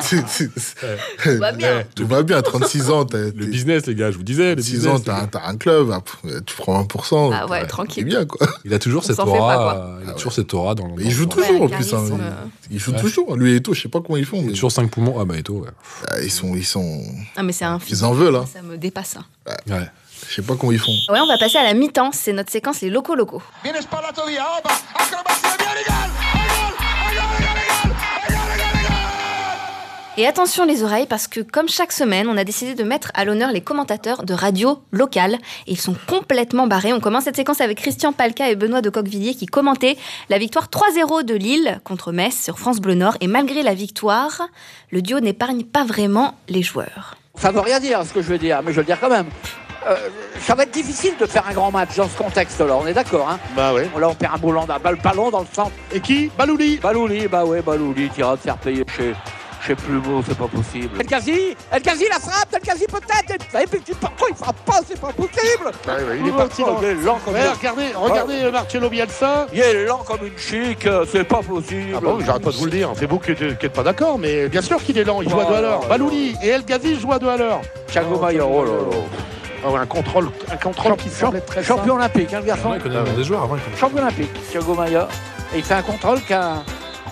B: Tout va bien.
D: Tout va bien, 36 ans. t'as-
C: Le
D: t'es-
C: business, les gars, je vous disais, le
D: 36 ans,
C: business.
D: t'as un, t'as un club, ah, pff, tu prends 1%.
B: Ah ouais,
D: t'as-
B: tranquille.
D: t'es bien, quoi.
C: Il a toujours
B: On
C: cette
B: s'en fait
C: aura,
B: pas,
C: euh, il a toujours cette aura dans.
D: Ah Mais il joue
C: dans-
D: toujours, en
B: le
D: plus. hein.
B: charisme,
D: Il-
B: euh.
D: Il joue toujours. Lui et Eto, je sais pas comment ils font.
C: Il a
D: Mais...
C: toujours 5 poumons. Ah bah et tout, ouais.
D: Ah, ils, sont, ils, sont...
B: Ah, mais c'est un film.
D: ils en veulent, hein.
B: Ça me dépasse. hein.
C: Ouais.
D: Je sais pas comment ils font.
B: Ouais, on va passer à la mi-temps. C'est notre séquence, les locaux locaux.
G: Viene Spalato via, opa, acrobacia, viene gol, gol, gol, gol, gol, gol, gol, gol.
B: Et attention les oreilles, parce que comme chaque semaine, on a décidé de mettre à l'honneur les commentateurs de radio locales. Et ils sont complètement barrés. On commence cette séquence avec Christian Palca et Benoît de Coquevilliers qui commentaient la victoire 3-0 de Lille contre Metz sur France Bleu Nord. Et malgré la victoire, le duo n'épargne pas vraiment les joueurs.
G: Ça ne veut rien dire ce que je veux dire, mais je veux le dire quand même. Euh, ça va être difficile de faire un grand match dans ce contexte-là, on est d'accord. Hein
H: Bah ouais.
G: Là, on perd un boulon, un bal- ballon dans le centre.
H: Et qui Balouli
G: Balouli, bah ouais, Balouli, tu iras te faire payer chez, chez Plumeau, c'est pas possible. El Ghazi, El Ghazi, la frappe, El Ghazi peut-être. Et- Et puis, tu- pourquoi il frappe pas, c'est pas possible.
H: Bah ouais, Il est parti dans
G: Oh, Il est lent comme,
H: Ouais, oh, regardez, regardez euh, Marcelo Bielsa.
G: il est lent comme une chic, euh, c'est pas possible.
H: Ah bon, j'arrête pas de vous le dire. C'est vous qui n'êtes pas d'accord, mais bien sûr qu'il est lent. Il joue à deux à l'heure. Balouli et El Ghazi jouent à deux à l'heure.
G: Thiago Maillot, oh là là.
H: Ah ouais, un contrôle, un contrôle qui semble être très simple.
G: Champion olympique, hein, le garçon.
C: Ouais, il connaît bien des joueurs avant. il connaît-
G: Champion olympique, Ah. Thiago Maillot. Et il fait un contrôle qu'un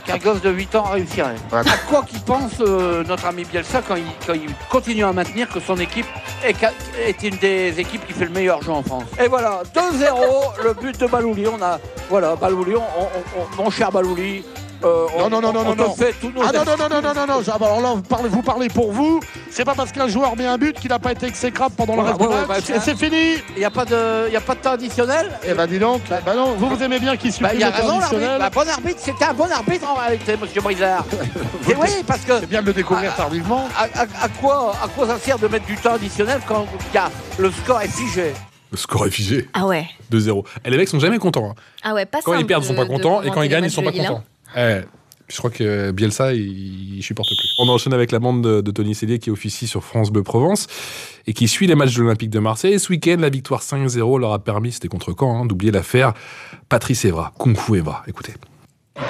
G: qu'un gosse de 8 ans réussirait.
H: Ouais.
G: À quoi qu'il pense euh, notre ami Bielsa quand il, quand il continue à maintenir que son équipe est, ca- est une des équipes qui fait le meilleur jeu en France. Et voilà, 2-0, (laughs) le but de Balouli. On a, voilà, Balouli, on- on- on- mon cher Balouli. euh, on,
H: Non, non, non,
G: on-
H: non,
G: on
H: non,
G: te
H: non.
G: fait tous nos
H: Ah non, non, non, non, non, non, non. Ah, bah, alors là, vous parlez, vous parlez pour vous. C'est pas parce qu'un joueur met un but qu'il n'a pas été exécrable pendant le
G: Ouais,
H: reste
G: ouais,
H: du
G: ouais,
H: match.
G: bah,
H: et c'est fini.
G: Il n'y a, pas de- il y a pas de temps additionnel
H: Eh ben dis donc, bah non, vous vous aimez bien qui suit
G: Bah, il
H: les
G: a raison, l'arbitre.
H: traditionnels.
G: La bonne arbitre, c'était un bon arbitre en réalité, monsieur
H: (laughs)
G: Brizard. Et oui, parce que.
H: C'est bien de le
G: Ah.
H: découvrir tardivement.
G: À, à- à quoi, à quoi ça sert de mettre du temps additionnel quand il y a- le score est figé
C: Le score est figé,
B: Ah ouais.
C: 2-0. Et les mecs sont jamais contents. hein.
B: Ah ouais, pas
C: Quand
B: simple
C: ils perdent, ils sont
B: de-
C: pas
B: de
C: contents. Et quand
B: commenter les
C: ils gagnent, ils
B: matchs
C: sont
B: de hein.
C: pas
B: Ligue un.
C: contents. Eh, Je crois que Bielsa, il, il supporte plus. On enchaîne avec la bande de, de Tony Cellier qui officie sur France Bleu Provence et qui suit les matchs de l'Olympique de Marseille. Et ce week-end, la victoire 5-0 leur a permis, c'était contre Caen, hein, d'oublier l'affaire Patrice Evra, Kung Fu Evra. Écoutez.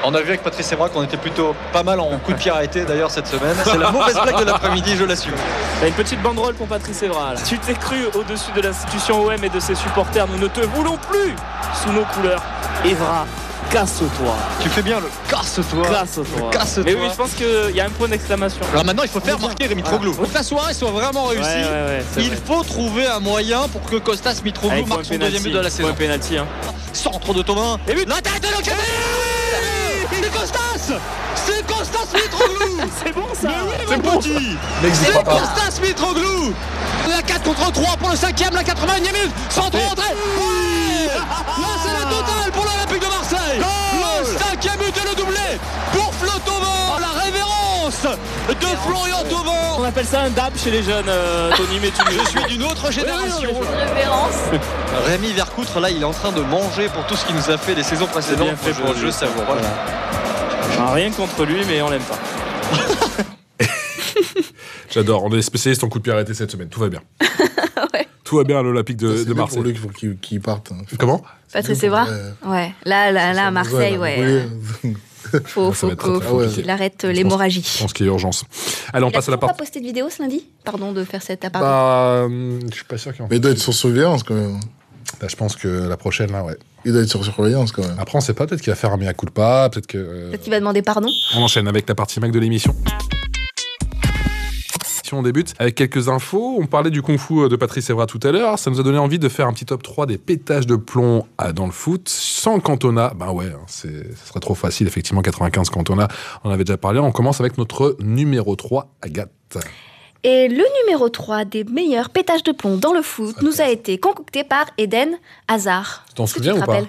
I: On a vu avec Patrice Evra qu'on était plutôt pas mal en coup de pied arrêté d'ailleurs cette semaine. C'est la mauvaise blague de l'après-midi, je l'assume.
J: T'as une petite banderole pour Patrice Evra. là. Tu t'es cru au-dessus de l'institution OM et de ses supporters. Nous ne te voulons plus sous nos couleurs. Evra, casse-toi.
I: Tu fais bien le casse-toi.
J: Casse-toi.
I: Casse-toi.
J: Mais oui, je pense qu'il y a un point d'exclamation.
I: Alors maintenant, il faut faire marquer Rémi
J: Voilà.
I: Troglou. Faut que la soirée soit vraiment
J: Ouais,
I: réussie.
J: ouais, ouais, c'est
I: Il
J: vrai.
I: faut trouver un moyen pour que Costas Mitroglou
J: Allez, point
I: marque son deuxième but de la
J: pénalty, point
I: saison.
J: pénalty, hein.
I: Centre de Thomas.
J: Et Eh but.
I: La tête de Locatelli C'est Costas C'est Costas Mitroglou
J: (laughs) C'est bon ça
I: C'est petit C'est Costas Mitroglou La 4 contre 3 pour le 5ème, la 80 e minute Centre d'entrée Ouais Là c'est la totale pour l'Olympique de Marseille Le 5 but et le doublé pour Flo
J: Oh.
I: Thauvin La révérence de Florian
J: On
I: Thauvin
J: appelle ça un dab chez les jeunes, euh, Tony, mais tu me-
I: Je suis d'une autre génération Rémi Vercoutre là il est en train de manger pour tout ce qu'il nous a fait les saisons précédentes
J: bien fait
I: Je-
J: pour
I: je,
J: lui.
I: savoure
J: Voilà. Ah, Rien contre lui, mais on l'aime pas.
C: J'adore, on est spécialiste en coup de pied arrêté cette semaine,
B: (laughs)
C: tout va bien. Tout va bien à l'Olympique de,
D: C'est
C: de
D: bien
C: Marseille.
D: pour lui qu'il faut qu'il qu'il parte. hein.
C: Comment
B: Patrice Evra
D: Ouais.
B: Ouais. Là, Ah, là, là, à Marseille,
D: Ça hein.
B: ouais.
D: brûle.
B: Faut,
C: Ça
B: faut,
C: va être très,
B: faut,
C: très
B: faut
C: compliqué.
B: qu'il arrête
C: Je pense- Je
B: l'hémorragie.
C: pense qu'il y a urgence. Allez, on
B: Il a
C: passe à la
B: toujours pas
C: partie.
B: posté de vidéo ce lundi Pardon de faire cette aparté.
C: Bah, hum, je suis pas sûr qu'il en
D: (laughs) Mais il doit être sur surveillance quand même.
C: Là, je pense que la prochaine, là, ouais.
D: Il doit être sur surveillance quand même.
C: Après, on sait pas, peut-être qu'il va faire un mea culpa, peut-être que. euh,
B: Peut-être qu'il va demander pardon.
C: On enchaîne avec la partie Mac de l'émission. Si on débute avec quelques infos, on parlait du Kung Fu euh, de Patrice Evra tout à l'heure, ça nous a donné envie de faire un petit top 3 des pétages de plomb à- dans le foot, sans Cantona, ben ouais, hein, c'est- ce serait trop facile, effectivement, 95 Cantona, on en avait déjà parlé, on commence avec notre numéro 3, Agathe.
B: Et le numéro 3 des meilleurs pétages de plomb dans le foot nous a été concocté par Eden Hazard.
C: Ah, t'en
B: Est-ce que
C: souviens
B: te
C: ou pas
B: rappelles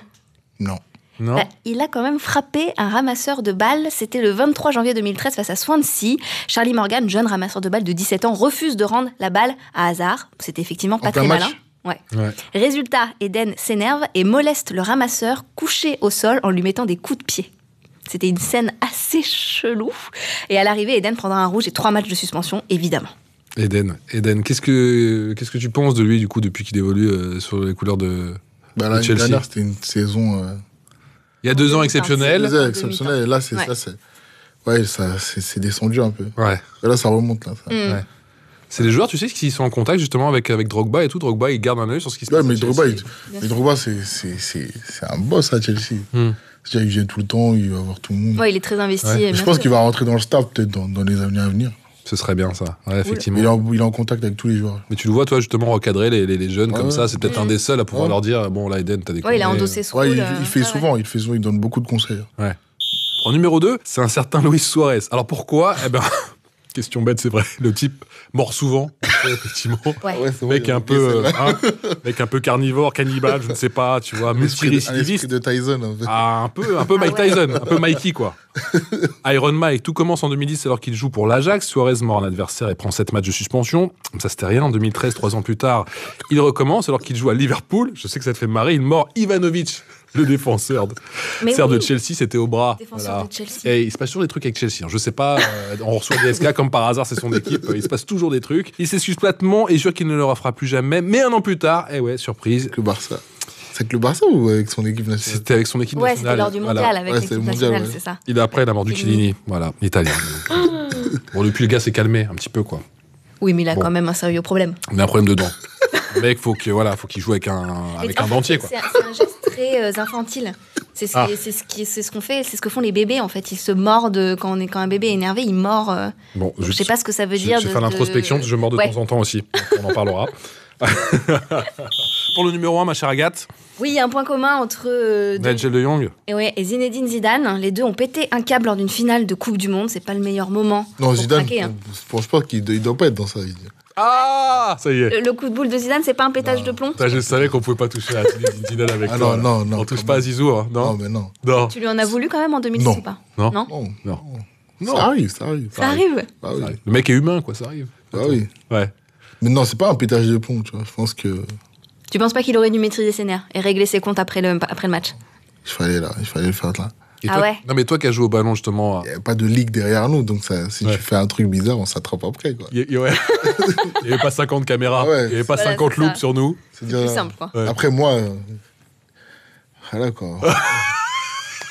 D: Non.
C: Non
B: Bah, Il a quand même frappé un ramasseur de balles. C'était le 23 janvier 2013 face à Swansea. Charlie Morgan, jeune ramasseur de balles de 17 ans, refuse de rendre la balle à Hazard. C'était effectivement pas
D: En
B: très
D: plein match
B: malin. Ouais.
C: Ouais.
B: Résultat, Eden s'énerve et moleste le ramasseur couché au sol en lui mettant des coups de pied. C'était une scène assez chelou. Et à l'arrivée, Eden prendra un rouge et trois matchs de suspension, évidemment.
C: Eden, Eden, qu'est-ce que qu'est-ce que tu penses de lui du coup depuis qu'il évolue euh, sur les couleurs de
D: Bah, l'année
C: Chelsea.
D: dernière, c'était une saison euh,
C: Il y a deux ans exceptionnel.
D: très exceptionnelle. Et Là, c'est
B: Ouais.
D: ça, c'est. Ouais, ça, c'est c'est descendu un peu.
C: Ouais.
D: Et là, ça remonte là. ça.
B: Mm.
C: Ouais. C'est des joueurs, tu sais, qui sont en contact justement avec, avec Drogba et tout. Drogba, il garde un œil sur ce
B: Mm.
C: qui se
D: Ouais,
C: passe.
D: mais
C: à Chelsea.
D: Drogba, il- mais Drogba, c'est c'est- c'est- c'est un boss à Chelsea.
C: Hmm.
D: C'est-à-dire qu'il vient tout le temps, il va voir tout le monde.
B: Ouais, il est très investi.
C: Ouais.
B: bien
D: Mais je pense
B: sûr.
D: qu'il va rentrer dans le staff peut-être dans, dans les années à venir.
C: Ce serait bien ça, ouais, effectivement.
D: Mais il est, en, il est en contact avec tous les joueurs.
C: Mais tu le vois, toi, justement, recadrer les, les- les jeunes comme
D: Ouais.
C: ça. C'est peut-être un des seuls à pouvoir
D: Ouais.
C: leur dire Bon, là, Eden, t'as des
B: Ouais, il a endossé ce
D: Ouais,
B: rôle.
D: il,
B: euh,
D: il fait
B: ouais, ouais.
D: souvent, il fait souvent, il donne beaucoup de conseils. hein.
C: En numéro 2, c'est un certain Luis Suarez. Alors pourquoi Eh ben. (laughs) question bête, c'est vrai. Le type mort souvent, effectivement.
B: Ouais.
D: Ah Ouais, c'est vrai,
C: Mec
D: il a
C: un
D: oublié
C: peu,
D: celle-là.
C: euh, hein, mec un peu carnivore, cannibale, je ne sais pas, tu vois,
D: L'esprit de- l'esprit
C: multirécidiviste.
D: de Tyson, en fait.
C: Ah, un peu, un peu
B: Ah
C: Mike
B: ouais.
C: Tyson, un peu Mikey quoi. Iron Mike, tout commence en 2010 alors qu'il joue pour l'Ajax. Suarez mord un adversaire et prend 7 matchs de suspension. Ça c'était rien. En 2013, 3 ans plus tard, il recommence alors qu'il joue à Liverpool. Je sais que ça te fait marrer. Il mord Ivanovic, le défenseur de,
B: Mais
C: serbe de
B: oui.
C: Chelsea. C'était au bras.
B: Défenseur
C: Voilà.
B: de Chelsea.
C: Et il se passe toujours des trucs avec Chelsea. hein. Je sais pas, euh, on reçoit des SK comme par hasard, c'est son équipe. Il se passe toujours des trucs. Il s'excuse platement et jure qu'il ne le refera plus jamais. Mais un an plus tard, eh ouais, surprise,
D: Avec le Barça. C'est avec le Barça ou avec son équipe nationale
C: c'était avec son équipe
B: Ouais, c'était
C: nationale.
B: lors du mondial
C: Voilà.
B: avec
D: Ouais, c'est
B: l'équipe
D: le mondial,
B: nationale,
D: ouais.
B: c'est ça.
C: Il a après la mort du
B: Chiellini.
C: Chilini, voilà, l'italien.
B: Ah.
C: bon, depuis le gars s'est calmé un petit peu quoi.
B: Oui, mais il a
C: Bon. Ah,
B: quand même un sérieux problème.
C: On a un problème dedans. Le mec, faut que voilà, faut qu'il joue avec un
B: Mais
C: avec
B: en
C: un
B: fait,
C: dentier quoi.
B: C'est c'est un geste très euh, infantile. C'est ce,
C: Ah.
B: qui- c'est ce qui- c'est ce qu'on fait, c'est ce que font les bébés en fait. Ils se mordent quand, on est, quand un bébé est énervé, il mord. euh,
C: Bon,
B: je sais pas ce que ça veut
C: je-
B: dire.
C: Je vais
B: de-
C: faire
B: de-
C: l'introspection parce que je mords de
B: Ouais.
C: temps en temps aussi. On en parlera. (laughs) Pour le numéro 1, ma chère Agathe,
B: Oui, il y a un point commun entre euh, deux-
C: Nigel de Jong.
B: et, ouais, et Zinedine Zidane. Les deux ont pété un câble lors d'une finale de Coupe du Monde. C'est pas le meilleur moment.
D: Non,
B: pour
D: Zidane,
C: euh,
B: craquer, hein.
D: je pense pas qu'il ne doit pas être dans ça. il dit.
C: Ah, ça y est.
B: Le, le coup de boule de Zidane, c'est pas un pétage de plomb.
C: Ça, je savais qu'on pouvait pas toucher à Zinedine Zidane avec
D: Ah
C: toi,
D: non,
C: là.
D: non, non,
C: On touche
D: quand
C: pas à
D: même.
C: Zizou, hein,
D: Non,
C: non
D: mais non.
C: Non.
B: Tu lui en as voulu quand même en 2006
D: Non.
B: ou pas
C: Non.
D: Non.
C: Non.
D: Non. Ça arrive, ça arrive.
B: Ça arrive.
D: Bah oui.
C: Ça arrive. Le mec est humain, quoi, ça arrive.
D: Bah oui.
C: Ouais.
D: Mais non, c'est pas un pétage de plomb, tu vois. Je pense que
B: Tu penses pas qu'il aurait dû maîtriser ses nerfs et régler ses comptes après le, après le match
D: il fallait là, il fallait le faire là.
C: Et
B: Ah
C: toi-
B: ouais.
C: Non, mais toi qui as joué au ballon, justement. à-
D: Il n'y a pas de ligue derrière nous, donc ça, si
C: Ouais.
D: tu fais un truc bizarre, on s'attrape après, quoi.
C: Il y, (laughs) ouais. Il y avait pas 50 caméras,
D: Ah ouais.
C: il y avait pas
B: Voilà,
C: 50
B: c'est ça.
C: loops sur nous.
D: C'est
B: Plus
D: déjà-
B: simple quoi.
C: Ouais.
D: Après, moi, euh,
B: (laughs)
D: voilà, quoi.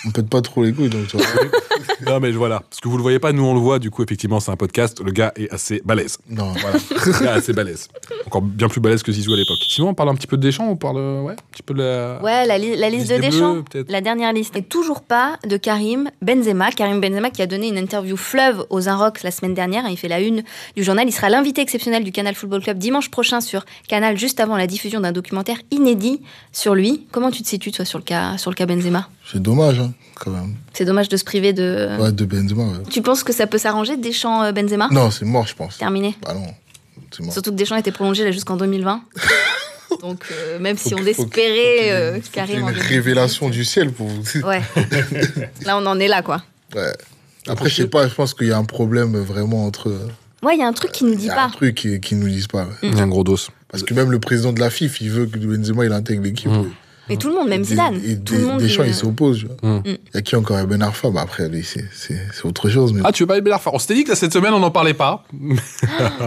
D: on pète pas trop les couilles, donc tu vois.
C: Non mais voilà, parce que vous le voyez pas, nous on le voit, du coup effectivement c'est un podcast, le gars est assez balèze.
D: Non,
C: Voilà, le gars est assez balèze. Encore bien plus balèze que Zizou à l'époque. Sinon on parle un petit peu de Deschamps, on parle euh, ouais, un petit peu de
D: Ah,
C: la...
B: Ouais, la, li- la liste
C: Liste
B: de
C: des
B: Deschamps,
C: Bleus, peut-être.
B: la dernière liste. Et toujours pas de Karim Benzema. Karim Benzema qui a donné une interview fleuve aux Inrocks la semaine dernière. hein, Il fait la une du journal. Il sera l'invité exceptionnel du Canal Football Club dimanche prochain sur Canal, juste avant la diffusion d'un documentaire inédit sur lui. Comment tu te situes, toi, sur le cas, sur le cas Benzema
D: c'est dommage, hein, quand même.
B: C'est dommage de se priver de.
D: Ouais, de Benzema, ouais.
B: Tu penses que ça peut s'arranger, Deschamps-Benzema
D: Non, c'est mort, je pense.
B: Terminé.
D: Bah non, c'est mort.
B: Surtout que Deschamps était prolongé là jusqu'en
D: (laughs)
B: 2020. Donc, euh, même si
D: Faut
B: on
D: que- faut que- faut
B: espérait
D: qu'il y ait
B: euh,
D: une- faut qu'il y ait
B: Karim. en
D: Une
B: 2020.
D: révélation du ciel pour vous. (laughs)
B: Ouais. là, on en est là, quoi.
D: Ouais. Après, je sais pas, je pense qu'il y a un problème euh, vraiment entre.
B: Ouais, il y a un truc qui nous
D: Il
B: dit
D: y a un
B: pas. Mm.
D: truc qui, qui nous disent pas. ouais.
C: Il y a Un gros dos.
D: Parce que même le président de la FIF, il veut que Benzema il intègre l'équipe.
B: Mais tout le monde, même
D: Et-
B: Zidane.
D: Et,
B: tout le monde,
D: Deschamps,
B: euh,
D: il s'oppose. Il
C: Mm.
D: y a qui encore Ben Arfa bah Après, lui, c'est c'est- c'est autre chose. Mais
C: Ah tu veux pas aimer l'Arfa On s'était dit que là, cette semaine on n'en parlait pas.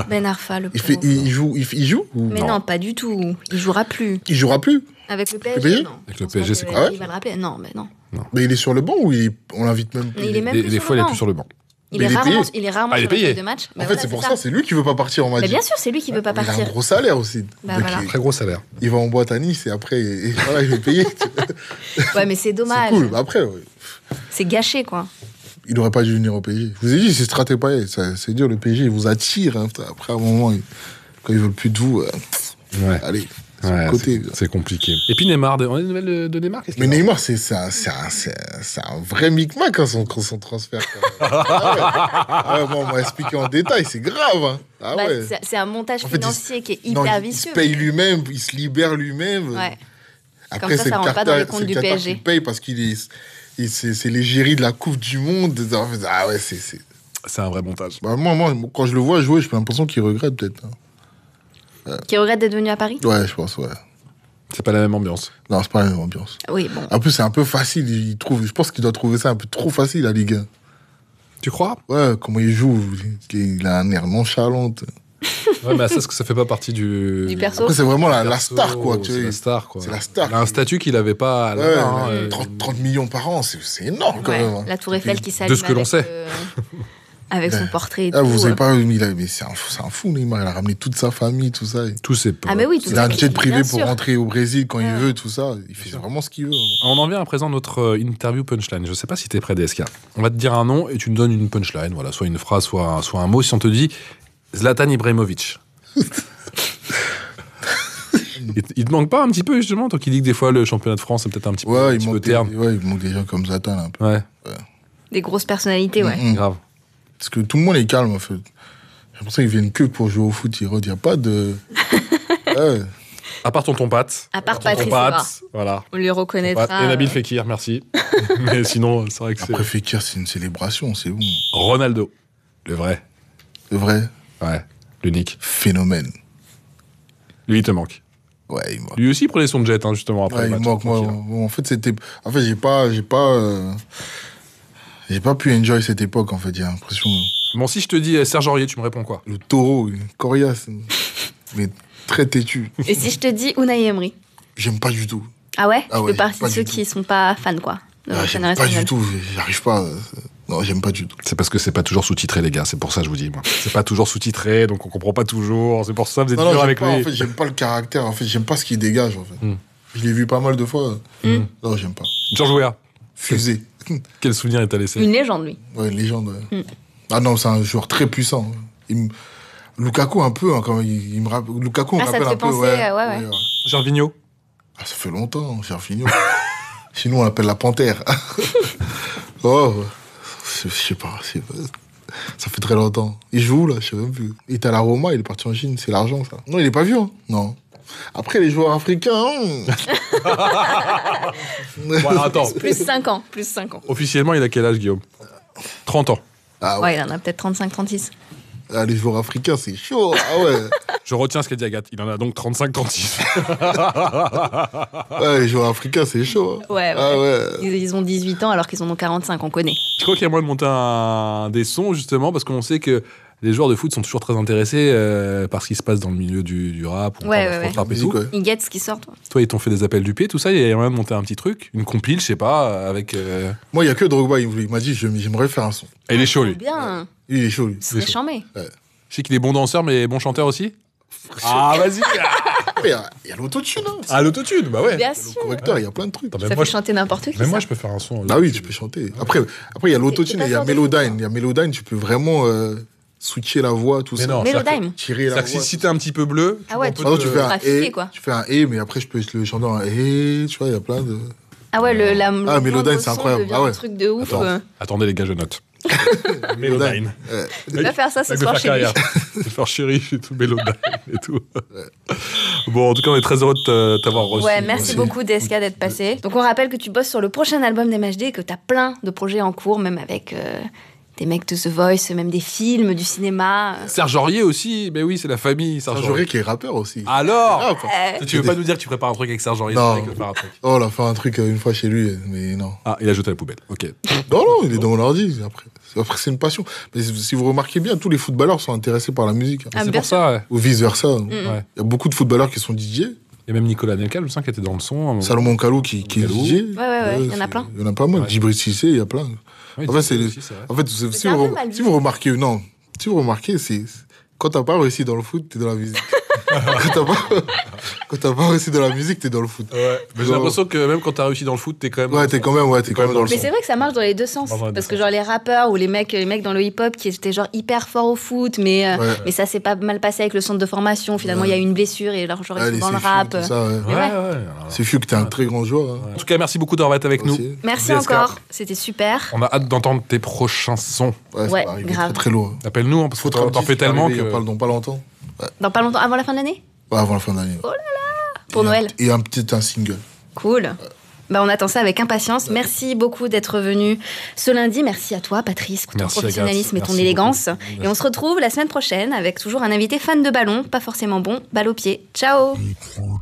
B: Ben Arfa, le
D: il, fait,
B: pauvre.
D: il, il joue, il, fait- il joue ou-
B: Mais non. pas du tout. Il jouera plus.
D: Il jouera plus.
B: Avec le
D: PSG?
B: PSG, non.
C: Avec
B: Je
C: le
B: pense
C: PSG,
B: pas
C: c'est
B: que
D: quoi
B: Il va le rappeler. Non, mais non.
D: Mais il est sur le banc ou il est- on l'invite même plus
B: Mais il est même
C: des
B: plus
C: des
B: sur
C: fois
B: le
C: il est
B: banc.
C: plus sur le banc.
B: Il
D: Mais
B: est
D: il est
B: rarement,
D: payé.
B: il est rarement
C: Ah, il est
B: sur le
C: payé.
B: banc de match. Bah
D: En fait, c'est pour ça, c'est lui qui veut pas partir, on m'a
B: Mais
D: dit.
B: Bah, bien sûr, c'est lui qui veut pas
D: Il a un
B: partir.
D: gros salaire aussi.
B: Bah,
D: Donc,
B: voilà.
D: il,
C: Très gros salaire.
D: il va en boîte à Nice et après, et- et voilà, il est
B: (laughs)
D: payé. c'est
B: Ouais, mais c'est dommage.
D: cool. Bah, après, ouais.
B: C'est gâché, quoi.
D: il n'aurait pas dû venir au PSG. Je vous ai dit, c'est Strat et Payet, ça- C'est dur, le PSG, il vous attire. hein, putain. Après, à un moment, il- quand ils veulent plus de vous, euh,
C: Ouais.
D: allez, sur
C: Ouais,
D: le côté.
C: Ah, c'est- c'est compliqué. Et puis Neymar, de- on a des nouvelles de- de Neymar Qu'est-ce
D: Mais
C: qu'il y a
D: Neymar, c'est c'est un, c'est un, c'est un- c'est un vrai micmac quand son, quand son transfert. quand même. (laughs) Ah ouais. Ah ouais, bon, on m'a expliqué en détail, c'est grave. hein. Ah
B: Bah,
D: ouais.
B: c'est- C'est un montage
D: En fait, il se-
B: financier qui est
D: Non,
B: hyper
D: il- il se
B: vicieux.
D: paye euh, lui-même, il se libère lui-même.
B: Ouais.
D: Après,
B: ça,
D: c'est
B: ça
D: le
B: rentre pas dans les
D: Qatar,
B: comptes
D: c'est le
B: du
D: Qatar
B: PSG.
D: qui paye parce qu'il est. il- C'est c'est l'égérie de la Coupe du Monde. Ah ouais, c'est. c'est-
C: C'est un vrai montage.
D: Bah, moi, moi, quand je le vois jouer, j'ai l'impression qu'il regrette peut-être. hein.
B: Qui regrette d'être venu à Paris
D: Ouais, je pense, ouais.
C: C'est pas la même ambiance.
D: Non, c'est pas la même ambiance.
B: Oui, bon.
D: En plus, c'est un peu facile. Il trouve, je pense qu'il doit trouver ça un peu trop facile, la Ligue
C: Tu crois
D: 1. Ouais, comment il joue. Il a un air nonchalant.
C: Ouais, mais ça, est-ce que ça fait pas partie du.
B: Du perso.
D: Après, c'est vraiment la, la
C: perso,
D: star, quoi. tu
C: C'est
D: vois.
C: la star, quoi.
D: C'est la star.
C: Il a un statut qu'il avait pas à la
D: Ouais,
C: fin, hein, euh,
D: 30, 30 millions par an, c'est c'est énorme, quand
B: Ouais,
D: même. hein.
B: La tour Eiffel qui s'allume.
C: de ce que l'on
B: avec,
C: sait.
B: euh, Avec son
D: Ouais.
B: portrait. et
D: Ah,
B: tout,
D: vous
B: euh.
D: savez pas, il a- mais c'est un, fou- c'est un fou, Neymar. Il a ramené toute sa famille, tout ça.
C: Tous ces
B: Ah, mais oui, tout
D: Il a
B: ça,
D: un jet privé
B: bien
D: pour
B: sûr.
D: rentrer au Brésil quand il
B: Ouais.
D: veut, tout ça. Il fait vraiment ce qu'il veut. hein.
C: On en vient à présent à notre euh, interview punchline. Je sais pas si t'es prêt, DSK. On va te dire un nom et tu me donnes une punchline. Voilà, soit une phrase, soit un, soit un mot. Si on te dit Zlatan
D: (laughs)
C: Ibrahimovic. il, il te manque pas un petit peu, justement, toi qui dis que des fois le championnat de France est peut-être un petit peu, un
D: Ouais, il
C: petit peu
D: manque, des,
C: terne.
D: ouais, il manque des gens comme Zatan, un peu.
C: Ouais,
B: Des grosses personnalités, ouais.
D: Mm.
C: grave.
D: Parce que tout le monde est calme, en fait. J'ai l'impression qu'ils viennent que pour jouer au foot, ils Il n'y a
B: (laughs)
D: pas de. Ouais.
C: À part tonton Pat.
B: À part
C: Tonton
B: Patrice Evra.
C: Pat, voilà.
B: On le reconnaîtra.
C: Pat et Nabil
B: euh,
C: Fekir, merci. (laughs) Mais sinon, c'est vrai que c'est
D: Après, Fekir, c'est une célébration, c'est bon.
C: Ronaldo, le vrai,
D: Le vrai
C: ouais, l'unique.
D: phénomène.
C: Lui, il te manque.
D: Ouais, il manque.
C: Lui aussi, il prenait son jet, hein, justement, après
D: Ouais,
C: le
D: il
C: match,
D: manque, moi.
C: tranquille. hein.
D: En fait, c'était. En fait, j'ai pas. J'ai pas. euh, J'ai pas pu enjoy cette époque, en fait. J'ai l'impression.
C: Bon, si je te dis euh, Serge Aurier, tu me réponds quoi
D: Le taureau, coriace. mais très têtu.
B: Et si je te dis Unai Emery
D: J'aime pas du tout.
B: Ah ouais
D: Ah
B: Je
D: ouais,
B: fais partie
D: pas
B: de
D: du
B: ceux
D: tout.
B: qui sont pas fans, quoi. Euh, de
D: Ah,
B: l'entraîneur
D: j'aime pas du
B: espagnol.
D: tout. J'arrive pas. euh, Non, j'aime pas du tout.
C: C'est parce que c'est pas toujours sous-titré, les gars. C'est pour ça, je vous dis. moi. C'est pas toujours sous-titré, donc on comprend pas toujours. C'est pour ça, vous êtes
D: Non, non,
C: dur
D: j'aime
C: avec
D: pas,
C: lui. Hmm.
D: En fait, j'aime pas le caractère. En fait, j'aime pas ce qu'il dégage. En fait. Je l'ai vu pas mal de fois. Non, j'aime pas.
C: Georges Weah,
D: Fusé.
C: quel souvenir il t'a laissé
B: Une légende, lui.
D: Ouais, une légende. ouais.
B: Hmm.
D: Ah non, c'est un joueur très puissant. Il me- Lukaku un peu hein, quand même. Il, il me rappelle. Lukaku, on
B: Ah, ça te
D: rappelle
B: fait
D: un peu.
B: penser, euh, ouais, ouais.
D: (laughs)
C: Gervinho
D: Ah, ça fait longtemps, Gervinho. (laughs) Sinon, on l'appelle la panthère. (laughs) oh, ouais. je je sais pas, c'est pas- Ça fait très longtemps. Il joue là, je sais même plus. Il était à la Roma, il est parti en Chine, c'est l'argent ça. Non, il est pas vieux. hein. Non. Après, les joueurs africains. hein. hmm.
C: Bon, alors, attends.
B: Plus 5 ans, plus 5 ans.
C: Officiellement, il a quel âge, Guillaume 30 ans.
D: Ah ouais.
B: Ouais, il en a peut-être 35, 36.
D: (laughs) Ah, les joueurs africains, c'est chaud. Ah
B: (laughs)
D: ouais.
C: Je retiens ce qu'a dit Agathe. Il en a donc 35-36.
D: Ouais, les joueurs africains, c'est chaud. hein.
B: Ouais, ouais.
D: Ah ouais.
B: Ils, ils ont 18 ans alors qu'ils en ont 45, on connaît.
C: (laughs) Je crois qu'il y a moyen de monter un- des sons, justement, parce qu'on sait que les joueurs de foot sont toujours très intéressés euh, par ce qui se passe dans le milieu du, du rap. On
B: Ouais,
C: parle de
B: ouais,
C: France
B: ouais.
C: Rap et
D: Musique,
C: tout.
D: ouais.
B: Ils guettent ce qui sort. toi.
C: Toi, ils t'ont fait des appels du pied, tout ça. Il y a moyen de monter un petit truc, une compile, je sais pas, avec. euh,
D: Moi, il y a que Drogba, il voulait- il m'a dit je- j'aimerais faire un son.
C: Et il est chaud, lui.
B: Bien,
D: Lui, Il est chaud, lui.
B: ce serait charmé.
C: Je sais qu'il est bon danseur, mais bon chanteur (laughs) aussi. Ah, vas-y
D: Après, Il y a, euh, il y a l'autotune. hein.
C: Ah, l'autotune, bah ouais
B: Bien
D: Le
B: sûr.
D: correcteur, il y a plein de trucs.
C: Attends,
B: Ça
C: même
B: fait
C: moi, je-
B: chanter n'importe qui.
C: même
B: ça.
C: moi, je peux faire un son. euh,
D: Ah oui, tu peux chanter. Après, après il y a l'autotune
B: T'es
D: et il y a
B: pas sûr de
D: Melodyne. Il y a Melodyne, tu peux vraiment euh, switcher la voix, tout
C: Mais
D: ça.
C: non,
B: Melodyne.
D: Tirer la
C: C'est-à-dire
D: voix.
C: que si, si t'es un petit peu bleu,
B: Ah ouais,
C: on peut
B: tu-
D: Par
C: te-
D: exemple, tu fais un
B: Trafiquer,
D: et,
B: quoi.
D: tu fais un et, mais après je peux le chanter en et, tu vois, il y a plein de.
B: Ah ouais, le, la, le moindre
D: Melodyne, c'est
B: son
D: incroyable.
B: devient
D: Ah ouais.
B: Un truc de ouf.
C: Attends.
B: euh.
C: Attendez, les gars, je
D: (laughs)
C: note.
D: Melodyne.
B: Il va faire ça ce soir chez lui.
C: C'est fort chéri, et tout, Mélodane et tout. Bon, en tout cas, on est très heureux de t'a- t'avoir reçu.
B: Ouais, merci beaucoup DSK d'être passé. Donc on rappelle que tu bosses sur le prochain album d'MHD et que t'as plein de projets en cours, même avec euh, des mecs de The Voice, même des films, du cinéma. euh,
C: Serge Aurier aussi, mais oui, c'est la famille, Serge
D: Serge
C: Aurier.
D: Aurier Ah, qui est rappeur aussi.
C: Ah. Alors
D: Rap.
B: Euh,
C: Tu veux pas nous dire que tu prépares un truc avec Serge Aurier
D: Non.
C: c'est vrai qu'il prépare un truc.
D: Oh, on a fait un truc euh, une fois chez lui, mais non.
C: Ah, il a jeté à la poubelle, ok.
B: Ah,
D: Non, non, il est dans mon ordi. Après, après c'est une passion. Mais si vous remarquez bien, tous les footballeurs sont intéressés par la musique. hein.
B: Ah,
C: c'est
B: bien Mm.
C: pour ça, ouais.
D: Ou vice versa. hein. Il
C: Ouais.
D: y a beaucoup de footballeurs qui sont DJ.
C: Il y a même Nicolas Nelka, je sens qu'il était dans le son. à un moment.
D: Salomon Kalou qui, qui est
C: Kalou.
D: DJ.
B: Ouais, ouais, ouais, il y en a
D: c'est-
B: plein.
D: Il y en a pas mal.
C: Ouais.
D: Djibril Cissé, il y a plein.
C: Ouais,
D: En fait, c'est-
C: aussi, c'est vrai.
D: En fait, c'est- si
B: un
D: vous,
B: peu mal vu.
D: si vous remarquez, non, si vous remarquez, c'est quand t'as pas réussi dans le foot, t'es dans
C: (laughs)
D: la musique. quand t'as pas, quand t'as pas réussi dans la musique, t'es dans le foot.
C: Ouais, mais j'ai
D: Genre-
C: l'impression que même quand t'as réussi dans le foot, t'es quand même.
D: Ouais, t'es quand même, ouais, t'es quand même dans le
B: Mais
D: son.
B: c'est vrai que ça marche dans les deux sens.
C: Dans les
B: Parce
C: deux
B: que
C: sens.
B: genre les rappeurs ou les mecs, les mecs dans le hip-hop qui étaient genre hyper forts au foot, mais, euh,
D: Ouais.
B: mais ça s'est pas mal passé avec le centre de formation. Finalement, il y a eu une blessure et alors genre ils
D: Ouais,
B: sont
D: les
B: dans le
D: Sefiu,
B: rap.
D: tout ça, ouais.
C: Ouais,
B: Mais ouais.
C: ouais, alors.
D: C'est fou que t'es un très grand joueur. hein,
C: En tout cas, merci beaucoup d'avoir été avec nous.
D: aussi.
B: Merci
C: DSK.
B: encore, c'était super.
C: On a hâte d'entendre tes prochains sons.
D: Ouais, ça
B: Ouais,
D: va arriver
B: grave.
D: Très, très lourd.
C: Appelle-nous, hein, parce que
D: Faut
C: t'en fais tellement que.
D: parle dans pas longtemps.
B: Dans pas longtemps, avant la fin de l'année
D: Ouais, avant la fin d'année.
B: Pour
D: Et un-
B: Noël.
D: Et un petit un single.
B: Cool. Bah, on attend ça avec impatience. Merci beaucoup d'être venu ce lundi. Merci à toi, Patrice, pour ton
C: Merci,
B: professionnalisme et
C: Agathe.
B: ton
C: Merci
B: élégance.
C: beaucoup.
B: Et on se retrouve la semaine prochaine avec toujours un invité fan de ballon, pas forcément bon, balle au pied. Ciao
E: Bigfoot,